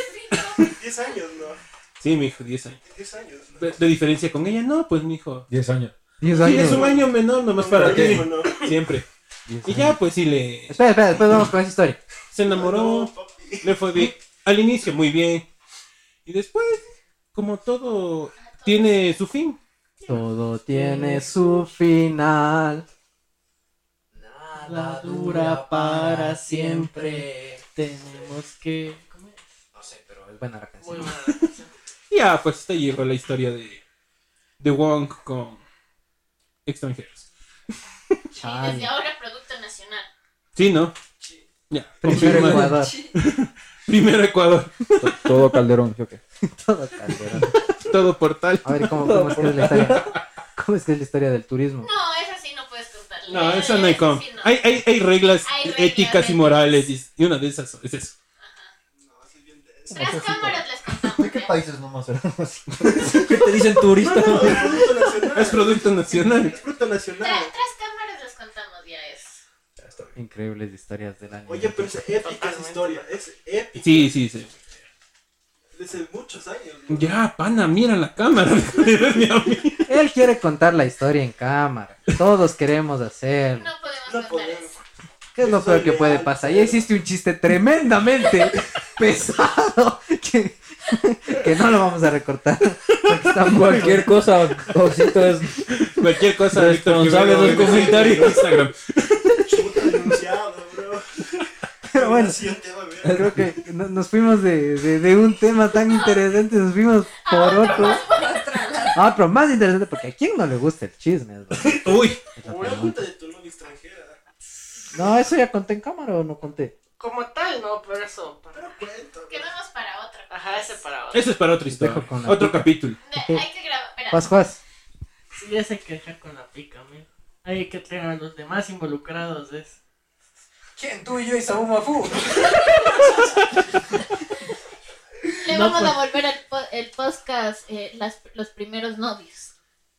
Speaker 8: Diez años, ¿no?
Speaker 11: Sí, mijo, 10 años.
Speaker 8: Diez años. ¿no?
Speaker 11: ¿De de diferencia con ella? No, pues, mijo.
Speaker 5: 10 años.
Speaker 7: 10
Speaker 11: Sí, es
Speaker 7: años.
Speaker 11: un año menor nomás para ti.
Speaker 8: Diez, ¿no?
Speaker 11: Siempre. Y ya, pues, sí, le...
Speaker 7: Espera, espera, después vamos con esa historia.
Speaker 11: se enamoró, le fue bien. Al inicio muy bien. Y después, como todo tiene su fin.
Speaker 7: Todo tiene su final. Nada dura para siempre. Tenemos que. No sé, pero es buena la canción.
Speaker 11: Ya, pues te llegó la historia de, de Wong con extranjeros.
Speaker 3: Y desde
Speaker 7: Chale.
Speaker 3: ahora producto nacional.
Speaker 11: ¿Sí, no? Ya.
Speaker 7: Primero
Speaker 11: confirmado.
Speaker 7: Ecuador.
Speaker 11: Primero Ecuador.
Speaker 5: Todo Calderón, ¿sí o qué?
Speaker 7: Todo calderón.
Speaker 11: Todo portal.
Speaker 7: A ver, ¿cómo, cómo es que es la historia? ¿Cómo es que es la historia del turismo?
Speaker 3: No, esa sí no puedes contarle.
Speaker 11: No, eso no hay
Speaker 3: Esa
Speaker 11: con.
Speaker 3: sí no.
Speaker 11: Hay, hay, hay reglas
Speaker 3: Hay reglas,
Speaker 11: éticas y
Speaker 3: reglas.
Speaker 11: morales. Y, y una de esas es eso. pues,
Speaker 3: Tras cámaras les
Speaker 17: ¿De
Speaker 3: contamos.
Speaker 17: qué
Speaker 3: ya.
Speaker 17: países nomás éramos?
Speaker 5: ¿Qué te dicen turista?
Speaker 8: Producto nacional.
Speaker 11: Es producto nacional.
Speaker 8: Producto nacional.
Speaker 3: Tras, tras cámaras les contamos ya eso.
Speaker 7: Increíbles historias del año.
Speaker 8: Oye, pero es épica esa
Speaker 17: Totalmente.
Speaker 8: historia. Es épica.
Speaker 11: Sí, sí, sí.
Speaker 8: Desde muchos años. ¿no?
Speaker 11: Ya, pana, mira la cámara. de verme a mí.
Speaker 7: Él quiere contar la historia en cámara. Todos queremos hacerlo.
Speaker 3: No podemos contar
Speaker 8: No podemos.
Speaker 3: eso.
Speaker 7: ¿Qué es lo peor que puede pasar? Ya hiciste un chiste tremendamente pesado que, que no lo vamos a recortar. Porque está muy-
Speaker 5: Cualquier cosa, Osito es.
Speaker 11: Cualquier cosa. Víctor
Speaker 5: Responsable
Speaker 11: Quevedo,
Speaker 5: de los
Speaker 11: en
Speaker 5: comentarios.
Speaker 11: Instagram.
Speaker 8: Chuta, denunciado, bro.
Speaker 7: Pero bueno,
Speaker 8: Nación te va a ver.
Speaker 7: creo que no- nos fuimos de, de- de un tema tan interesante, nos fuimos por otro. A otro más interesante, porque a quién no le gusta el chisme. Es verdad?
Speaker 11: Uy.
Speaker 7: Es la
Speaker 8: Una
Speaker 7: pregunta.
Speaker 8: cuenta de tu novia extranjera.
Speaker 7: No, eso ya conté en cámara o no conté.
Speaker 16: Como tal, no, pero eso. para-
Speaker 8: Pero cuenta, bro.
Speaker 3: Quedamos para otra.
Speaker 16: Ajá, ese para otro.
Speaker 11: Eso es para otra historia.
Speaker 7: Dejo con la
Speaker 11: Otro capítulo.
Speaker 3: De- Hay que grabar. Espera.
Speaker 7: Juas, Juas.
Speaker 16: Sí, ya se quejan con la pica, man. Hay que traer a los demás involucrados, es.
Speaker 7: ¿Quién? Tú y yo y Saúl Mafu.
Speaker 3: Le
Speaker 16: No,
Speaker 3: vamos
Speaker 16: pues.
Speaker 3: a volver al po- el podcast eh, las- los primeros novios.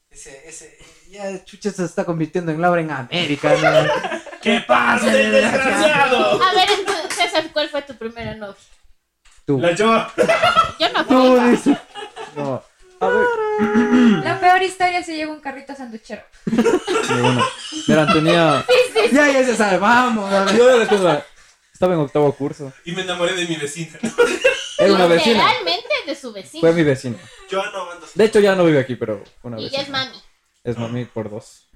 Speaker 7: Ese, ese, ya Chucha se está convirtiendo en Laura en América. ¿no?
Speaker 11: ¿Qué pasa, desgraciado?
Speaker 3: A ver, entonces, César, ¿cuál fue tu primera novia?
Speaker 7: Tú.
Speaker 11: La yo.
Speaker 3: Yo no
Speaker 7: Tú
Speaker 3: fui.
Speaker 7: dices.
Speaker 5: No. A ver.
Speaker 18: La peor historia se lleva un carrito sanduchero.
Speaker 5: Y bueno, verán, tenía.
Speaker 7: Ya, ya se sabe, vamos. a ver.
Speaker 5: Yo de la cosa. Estaba en octavo curso.
Speaker 11: Y me enamoré de mi vecina.
Speaker 5: Era una vecina.
Speaker 3: Literalmente de su vecino.
Speaker 5: Fue mi vecina.
Speaker 8: Yo no mando.
Speaker 5: De hecho, ya no vive aquí, pero una
Speaker 3: Y
Speaker 5: vez.
Speaker 3: ya es mami.
Speaker 5: Es mami por dos.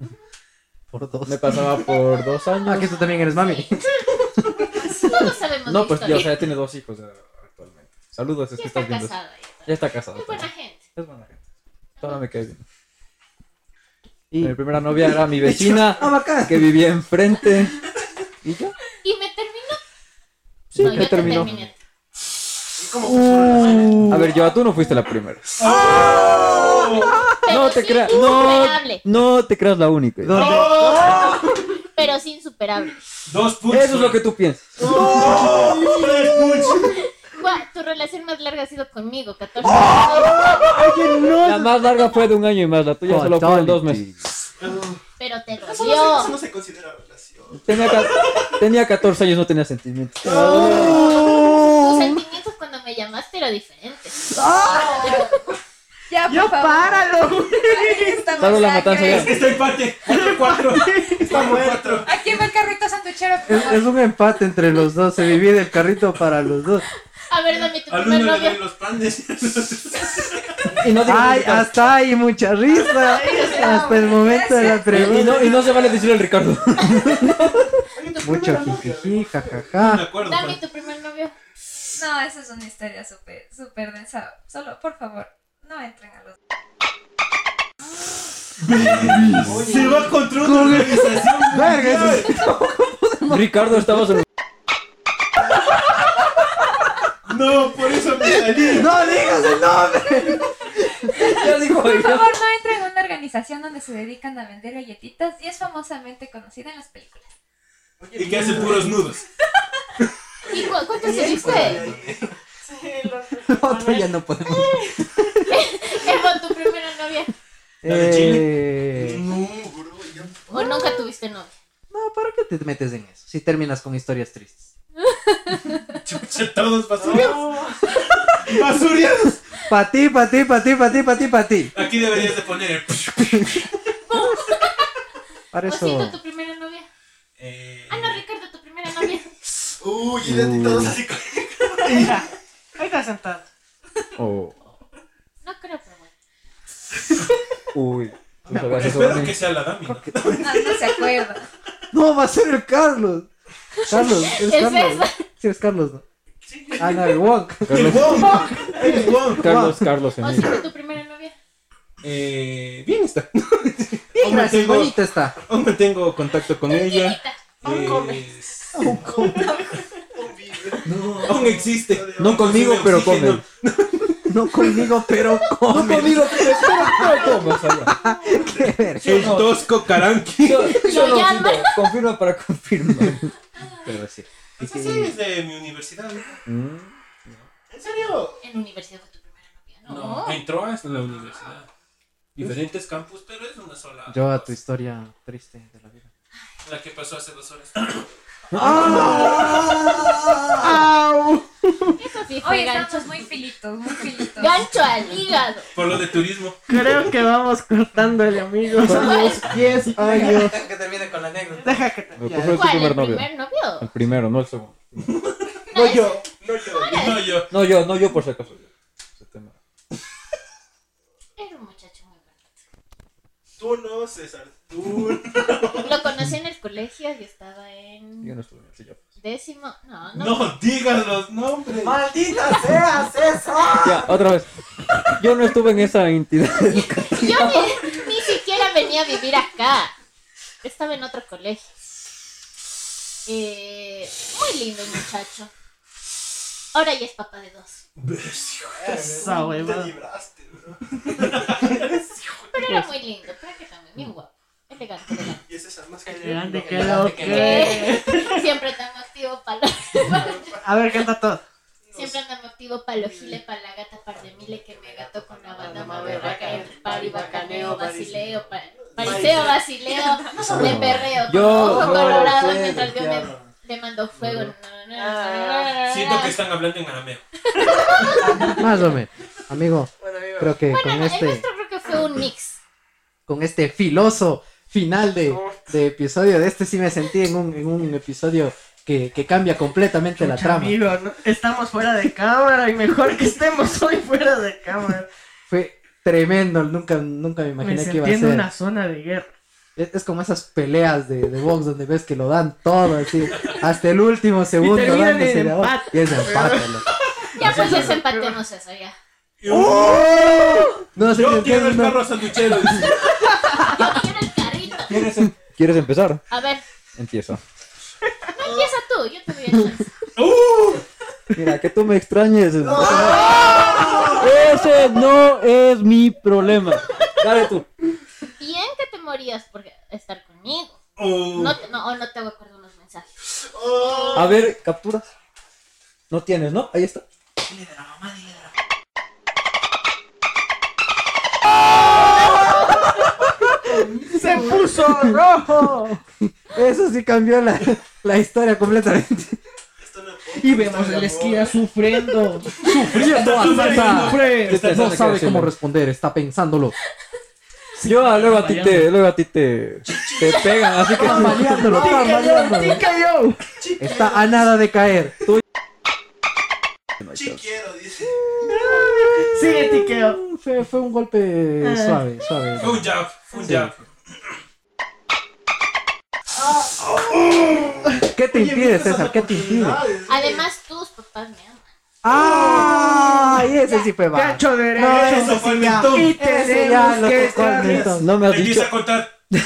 Speaker 10: Por dos.
Speaker 5: Me pasaba por dos años.
Speaker 19: Ah, que tú también eres mami.
Speaker 3: No lo sabemos.
Speaker 5: No,
Speaker 3: la
Speaker 5: pues ya,
Speaker 3: historia.
Speaker 5: o sea, tiene dos hijos eh, actualmente. Saludos, es
Speaker 3: Ya
Speaker 5: que
Speaker 3: está
Speaker 5: estás viendo.
Speaker 3: casada, ya
Speaker 5: Ya está casada.
Speaker 3: Es buena
Speaker 5: también.
Speaker 3: gente.
Speaker 5: Es buena gente. Ahora me cae bien. Mi primera novia era mi vecina que vivía enfrente. ¿Y yo?
Speaker 3: Y me terminó.
Speaker 5: Sí,
Speaker 3: No,
Speaker 5: me
Speaker 3: yo te
Speaker 5: terminó.
Speaker 3: terminé. Uh.
Speaker 5: A ver, yo, tú no fuiste la primera.
Speaker 3: Pero
Speaker 5: No te
Speaker 3: sí
Speaker 5: creas. No,
Speaker 3: insuperable.
Speaker 5: no te creas la única.
Speaker 3: Pero sí insuperable.
Speaker 11: Dos puntos.
Speaker 5: Eso es lo que tú piensas.
Speaker 3: Guau, tu relación más larga ha sido conmigo, 14 años.
Speaker 5: La más larga fue de un año y más, la tuya solo fue de dos meses.
Speaker 3: Pero te
Speaker 4: Eso no, se, eso no
Speaker 3: dolió.
Speaker 4: se considera relación.
Speaker 5: Tenía, ca- tenía 14 años, no tenía sentimientos.
Speaker 3: Oh, Tus sentimientos cuando me llamaste eran diferentes.
Speaker 4: Ah.
Speaker 9: Ya, por favor.
Speaker 20: páralo.
Speaker 9: Estamos
Speaker 5: Paro la
Speaker 9: acá.
Speaker 5: matanza ya.
Speaker 11: Está Este empate. Cuatro, cuatro. Estamos cuatro.
Speaker 9: Aquí va el carrito sanduchero. por
Speaker 19: Es,
Speaker 9: favor.
Speaker 19: es un empate entre los dos. Se divide el carrito para los dos.
Speaker 3: A ver, dame tu
Speaker 11: Al uno
Speaker 3: primer
Speaker 11: le doy
Speaker 3: novio.
Speaker 11: los panes.
Speaker 5: Y no digas
Speaker 19: Ay,
Speaker 5: el Ricardo.
Speaker 19: hasta ahí mucha risa. Hasta el momento de la
Speaker 5: Y, y
Speaker 19: pregunta.
Speaker 5: no, y no se vale decirle al Ricardo.
Speaker 19: Mucho jijiji, jajaja.
Speaker 11: acuerdo.
Speaker 3: Dame tu primer novio.
Speaker 9: No, esa es una historia súper, súper densa. Solo, por favor, no entren a los.
Speaker 11: Se va contra una organización.
Speaker 19: Verga, eso
Speaker 5: Ricardo, estamos en.
Speaker 11: No, por eso me salí.
Speaker 19: ¡No digas el nombre!
Speaker 5: Ya dijo
Speaker 9: Por
Speaker 5: oiga.
Speaker 9: favor, no entren a una organización donde se dedican a vender galletitas y es famosamente conocida en las películas.
Speaker 11: Y que hace puros nudos.
Speaker 3: ¿Y cu- cuánto estuviste?
Speaker 19: Otro ya no podemos.
Speaker 3: Evo, tu primera novia.
Speaker 11: ¿La de
Speaker 19: Eh,
Speaker 3: ¿O nunca tuviste novia?
Speaker 19: no, ¿para qué te metes en eso? Si terminas con historias tristes.
Speaker 11: Chucha, todos basuriados. Basuriados.
Speaker 19: Pa' ti, pa' ti, pa' ti, pa' ti, pa' ti, pa' ti.
Speaker 11: Aquí deberías de poner el.
Speaker 19: Para
Speaker 11: Pues
Speaker 3: Osito,
Speaker 19: eso.
Speaker 3: tu primera novia.
Speaker 11: Eh,
Speaker 3: Ah, no, Ricardo, tu primera novia.
Speaker 4: Uy, y de ti todos así con-
Speaker 8: Mira, ahí está sentado.
Speaker 5: Oh,
Speaker 3: No creo, pero bueno.
Speaker 5: uy.
Speaker 19: pues,
Speaker 5: No sabías eso
Speaker 11: espero
Speaker 5: Dani.
Speaker 11: que sea la Dami.
Speaker 9: No, no se acuerda.
Speaker 19: No, va a ser el Carlos. Carlos, eres
Speaker 3: Es
Speaker 19: Carlos. Sí, eres Carlos, ¿no? Ah, no, el Wong.
Speaker 11: El
Speaker 5: Carlos,
Speaker 11: Wong. El Wong.
Speaker 5: Carlos, Carlos,
Speaker 11: Ah,
Speaker 5: Emilio.
Speaker 3: Osito, tu primera novia.
Speaker 11: Eh, bien está.
Speaker 19: Bien,
Speaker 11: Aún
Speaker 19: gracias,
Speaker 11: mantengo,
Speaker 19: bonita está.
Speaker 11: aún mantengo contacto con ella.
Speaker 3: Chiquita.
Speaker 11: Eh,
Speaker 4: Convive.
Speaker 11: aún existe.
Speaker 19: No conmigo,
Speaker 11: Consume
Speaker 19: pero
Speaker 11: oxígeno.
Speaker 19: come. No conmigo, pero
Speaker 5: No
Speaker 19: come.
Speaker 5: conmigo, pero espero que no comas allá.
Speaker 19: Qué verga.
Speaker 11: El tosco caranqui.
Speaker 5: Yo, yo no
Speaker 3: llama.
Speaker 5: confirmo, confirma para confirmar. Pero sí.
Speaker 11: Esa sí es de mi universidad. ¿no?
Speaker 5: Mm.
Speaker 4: ¿En serio?
Speaker 3: En universidad fue tu primera novia, ¿no?
Speaker 11: No, entró hasta la universidad. Diferentes campus, pero es una sola.
Speaker 19: Yo a tu historia triste de la vida.
Speaker 11: La que pasó hace dos horas.
Speaker 3: Eso sí fue
Speaker 9: Hoy
Speaker 3: gancho.
Speaker 9: estamos muy filitos, muy filitos.
Speaker 3: Gancho al hígado.
Speaker 11: Por lo de turismo.
Speaker 20: Creo que vamos cortándole, amigos.
Speaker 19: Con los 10 años.
Speaker 7: Deja que termine con la anécdota.
Speaker 20: Deja que te...
Speaker 5: ¿Cuál
Speaker 19: Ya.
Speaker 5: fue tu
Speaker 3: ¿Cuál? ¿El
Speaker 5: primer novio?
Speaker 3: primer novio?
Speaker 5: El primero, no el segundo.
Speaker 3: No, yo.
Speaker 11: No, yo.
Speaker 5: No, yo, no, yo por si acaso. Ese tema.
Speaker 3: Era un muchacho muy bueno.
Speaker 4: Tú no, César. Tú.
Speaker 3: Lo conocí en el colegio y estaba en
Speaker 5: Yo no estuve en el sillón.
Speaker 3: décimo. No, no.
Speaker 11: No digas los nombres.
Speaker 19: ¡Maldita sea, César!
Speaker 5: Ya, otra vez. Yo no estuve en esa entidad.
Speaker 3: Yo ni, ni siquiera venía a vivir acá. Estaba en otro colegio. Eh, muy lindo el muchacho. Ahora ya es papá de dos.
Speaker 20: Esa
Speaker 4: Te
Speaker 20: huevada.
Speaker 4: libraste, bro.
Speaker 3: Pero
Speaker 20: Pues.
Speaker 3: era muy lindo. Creo que también bien guapo. Elegante, elegante.
Speaker 4: Y es César más que
Speaker 20: Elegante
Speaker 4: yo.
Speaker 20: que lo que.
Speaker 3: Siempre tan activo para lo...
Speaker 20: Este, A ver, canta todo.
Speaker 3: Siempre anda motivo pa' lo gile, pa' la gata, par de mile que me gato con la banda más berraca, entre pari, bacaneo, vacileo, pa- pariseo, vacileo, le perreo,
Speaker 5: Yo
Speaker 3: con ojo
Speaker 5: no
Speaker 3: colorado
Speaker 5: sé,
Speaker 3: mientras yo me,
Speaker 5: Ricardo.
Speaker 3: le mando fuego. No, no, no, no.
Speaker 11: Siento que están hablando en arameo.
Speaker 19: Más o menos. Amigo, creo que con
Speaker 3: Bueno, el
Speaker 19: este,
Speaker 3: nuestro creo que fue un mix.
Speaker 19: con este filoso final de,
Speaker 8: Oh.
Speaker 19: de episodio de este sí me sentí en un, en un episodio que, que cambia completamente la
Speaker 20: Pucha,
Speaker 19: trama.
Speaker 20: Amigo, ¿no? estamos fuera de cámara y mejor que estemos hoy fuera de cámara.
Speaker 19: Fue tremendo, nunca, nunca me imaginé
Speaker 20: Me
Speaker 19: que iba
Speaker 20: sentí
Speaker 19: a
Speaker 20: en
Speaker 19: ser.
Speaker 20: una zona de guerra.
Speaker 7: Es, es como esas peleas de, de box donde ves que lo dan todo, así, hasta el último segundo
Speaker 8: terminan en
Speaker 7: dándose de abajo.
Speaker 8: empate.
Speaker 7: Y es empate, loco.
Speaker 3: Ya pues desempatemos eso, ya.
Speaker 7: No sé
Speaker 21: Yo quiero el carro sanduchero.
Speaker 5: ¿Quieres, em- quieres empezar?
Speaker 3: A ver,
Speaker 5: Empiezo.
Speaker 3: no empieza tú, yo te doy el chance.
Speaker 5: Mira, que tú me extrañes. Ese no es mi problema. Dale tú.
Speaker 3: Bien que te morías por estar conmigo.
Speaker 21: Oh.
Speaker 3: No, te- no, oh, no te voy a acordar unos mensajes.
Speaker 5: A ver, capturas. No tienes, ¿no? Ahí está.
Speaker 8: ¡Se puso rojo!
Speaker 7: Eso sí cambió la, la historia completamente.
Speaker 8: Y vemos el esquina sufriendo.
Speaker 7: Sufriendo
Speaker 8: Está
Speaker 7: Azata.
Speaker 5: Está
Speaker 8: sufriendo.
Speaker 7: Este No
Speaker 5: sufriendo.
Speaker 7: sabe cómo responder, está pensándolo.
Speaker 5: Yo ah, luego a ti te, luego a ti te, te pegan, así que
Speaker 7: Está mareándolo, está mareándolo. Está a nada de caer. Tú-
Speaker 8: Sí, tiqueo.
Speaker 7: Fue, fue un golpe
Speaker 8: Ah.
Speaker 7: suave, suave.
Speaker 11: Fue un jab, fue un jab.
Speaker 7: ¿Qué te impide, César? ¿Qué te impide?
Speaker 3: Además, tus papás me aman.
Speaker 7: ¡Ah! Y ese sí fue malo.
Speaker 8: Cacho derecho.
Speaker 7: No, ese
Speaker 8: Eso
Speaker 7: sí ya.
Speaker 8: Y
Speaker 7: Ese ya
Speaker 8: tenemos
Speaker 7: lo
Speaker 8: que
Speaker 7: tocó al
Speaker 8: estar
Speaker 7: grito. No me has
Speaker 11: Empieza
Speaker 5: dicho.
Speaker 11: a contar.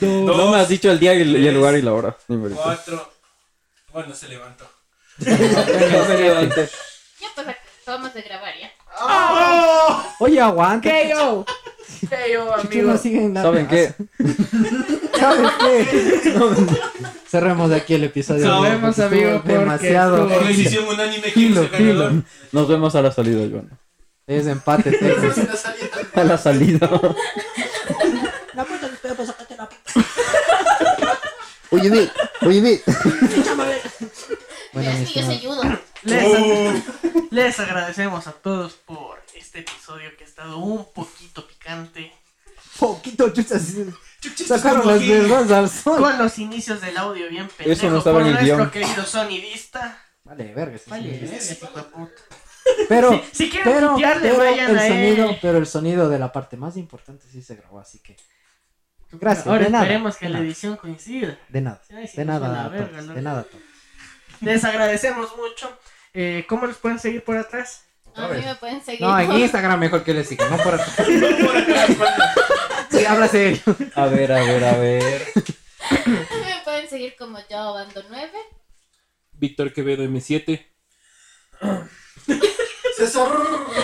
Speaker 11: Uno,
Speaker 5: No, me has dicho el día y el, y el lugar y la hora. ni me dices.
Speaker 11: cuatro. Bueno, se levantó.
Speaker 5: No me levantes.
Speaker 3: Ya pues acabamos de grabar ya.
Speaker 7: Oye, aguanta.
Speaker 8: KO. KO,
Speaker 7: Tú no
Speaker 8: amigos.
Speaker 7: sigues en la
Speaker 5: ¿Saben qué?
Speaker 7: ¿Saben qué? Cerremos aquí el episodio.
Speaker 8: Sabemos,
Speaker 7: porque
Speaker 8: amigo,
Speaker 7: estuvo
Speaker 8: porque
Speaker 7: demasiado.
Speaker 8: estuvo-
Speaker 11: Decisión unánime que es el ganador.
Speaker 5: Nos vemos a la salida, Joan.
Speaker 7: Es empate técnico.
Speaker 5: A la salida.
Speaker 22: Oye, ve, oye, ve.
Speaker 7: Bueno,
Speaker 3: Mira,
Speaker 7: mi
Speaker 3: es que yo
Speaker 7: estimado.
Speaker 3: soy judo.
Speaker 8: Les, les agradecemos a todos por este episodio que ha estado un poquito picante.
Speaker 7: Poquito chuchas.
Speaker 11: Chuchitos
Speaker 7: Sacaron
Speaker 11: como
Speaker 7: las
Speaker 11: aquí.
Speaker 7: verdades al sol.
Speaker 8: Con los inicios del audio bien pendejo
Speaker 5: Eso no estaba en
Speaker 8: por
Speaker 5: el
Speaker 8: nuestro
Speaker 5: guión.
Speaker 8: querido sonidista.
Speaker 7: Vale, verga. sí,
Speaker 8: Vale,
Speaker 7: sí.
Speaker 8: verga, hijo de puta.
Speaker 7: Pero,
Speaker 8: Si quieren
Speaker 7: pero,
Speaker 8: pitearle,
Speaker 7: pero
Speaker 8: vayan
Speaker 7: el
Speaker 8: a
Speaker 7: sonido,
Speaker 8: él.
Speaker 7: pero el sonido de la parte más importante sí se grabó, así que. Gracias.
Speaker 8: Ahora
Speaker 7: de nada.
Speaker 8: esperemos que
Speaker 7: de
Speaker 8: la
Speaker 7: nada,
Speaker 8: edición coincida.
Speaker 7: De nada.
Speaker 8: Ay, si
Speaker 7: De
Speaker 8: no suena
Speaker 7: nada,
Speaker 8: la
Speaker 7: a
Speaker 8: verga,
Speaker 7: todos,
Speaker 8: ¿no?
Speaker 7: de nada. a todos.
Speaker 8: Les agradecemos mucho. Eh, ¿Cómo nos pueden seguir por atrás?
Speaker 3: A mí me pueden seguir.
Speaker 7: No, en Instagram mejor que le sigan, no por acá. Sí, habla serio.
Speaker 5: A ver, a ver, a ver.
Speaker 3: me pueden seguir como yo, bando 9.
Speaker 21: Víctor Quevedo M7.
Speaker 7: César.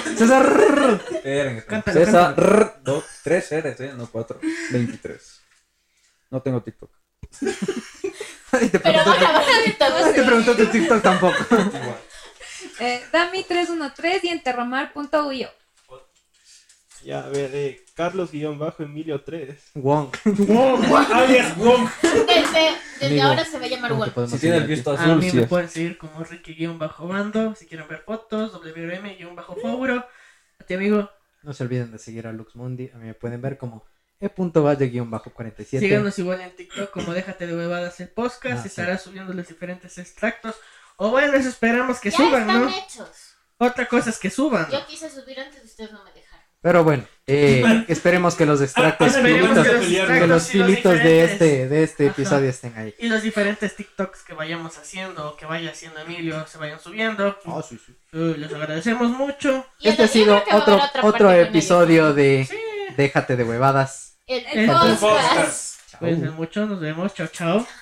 Speaker 5: Esperen, esperen.
Speaker 8: Cántalo,
Speaker 5: César. rrr, dos, tres R's, eh, no cuatro. 23. No tengo TikTok.
Speaker 7: Nadie te
Speaker 3: Pero
Speaker 7: preguntó,
Speaker 3: va a grabar de
Speaker 7: nadie te
Speaker 3: todos.
Speaker 7: preguntó tu TikTok tampoco.
Speaker 9: Eh, Dami313 y enterromar.uyo.
Speaker 23: Ya, a ver, eh, Carlos-Emilio 3.
Speaker 7: Wong.
Speaker 11: Alias Wong.
Speaker 3: Desde, desde
Speaker 7: Amigo,
Speaker 3: ahora se va a llamar
Speaker 7: ¿cómo te
Speaker 3: Wolf.
Speaker 7: podemos
Speaker 5: Si tiene el
Speaker 7: seguir
Speaker 5: visto
Speaker 8: A
Speaker 5: azul,
Speaker 8: mí
Speaker 5: sí.
Speaker 8: me
Speaker 5: es.
Speaker 8: pueden seguir como Ricky-Bando. Si quieren ver fotos, WM-Fauro. A ti, amigo.
Speaker 7: aquí? No se olviden de seguir a Lux Mundi. A mí me pueden ver como e e.valle-47.
Speaker 8: Síganos igual en TikTok como Déjate de Huevadas el podcast.
Speaker 7: Ah, sí.
Speaker 8: Estará subiendo los diferentes extractos. O bueno, eso esperamos que
Speaker 3: Ya
Speaker 8: suban,
Speaker 3: están
Speaker 8: ¿no?
Speaker 3: hechos.
Speaker 8: Otra cosa es que suban.
Speaker 3: Yo quise subir antes y ustedes no me dejaron.
Speaker 7: Pero bueno, eh, esperemos que los extractos,
Speaker 8: Ah, Esperemos
Speaker 7: finitos-
Speaker 8: que los
Speaker 7: que, los
Speaker 8: extractos y los
Speaker 7: filitos de
Speaker 8: diferentes.
Speaker 7: este, de este
Speaker 8: Ajá.
Speaker 7: episodio estén ahí.
Speaker 8: Y los diferentes TikToks que vayamos haciendo o que vaya haciendo Emilio se vayan subiendo.
Speaker 7: Ah,
Speaker 8: Eh, les agradecemos mucho.
Speaker 3: Y
Speaker 7: Este ha
Speaker 3: yo
Speaker 7: sido
Speaker 3: creo que va a
Speaker 7: otro,
Speaker 3: haber otra parte
Speaker 7: otro
Speaker 3: con ellos.
Speaker 7: episodio de
Speaker 8: Sí.
Speaker 7: Déjate de huevadas.
Speaker 3: El,
Speaker 8: El
Speaker 3: podcast.
Speaker 11: Podcast.
Speaker 7: Chao.
Speaker 8: Cuídense mucho. Nos vemos. Chao, chao.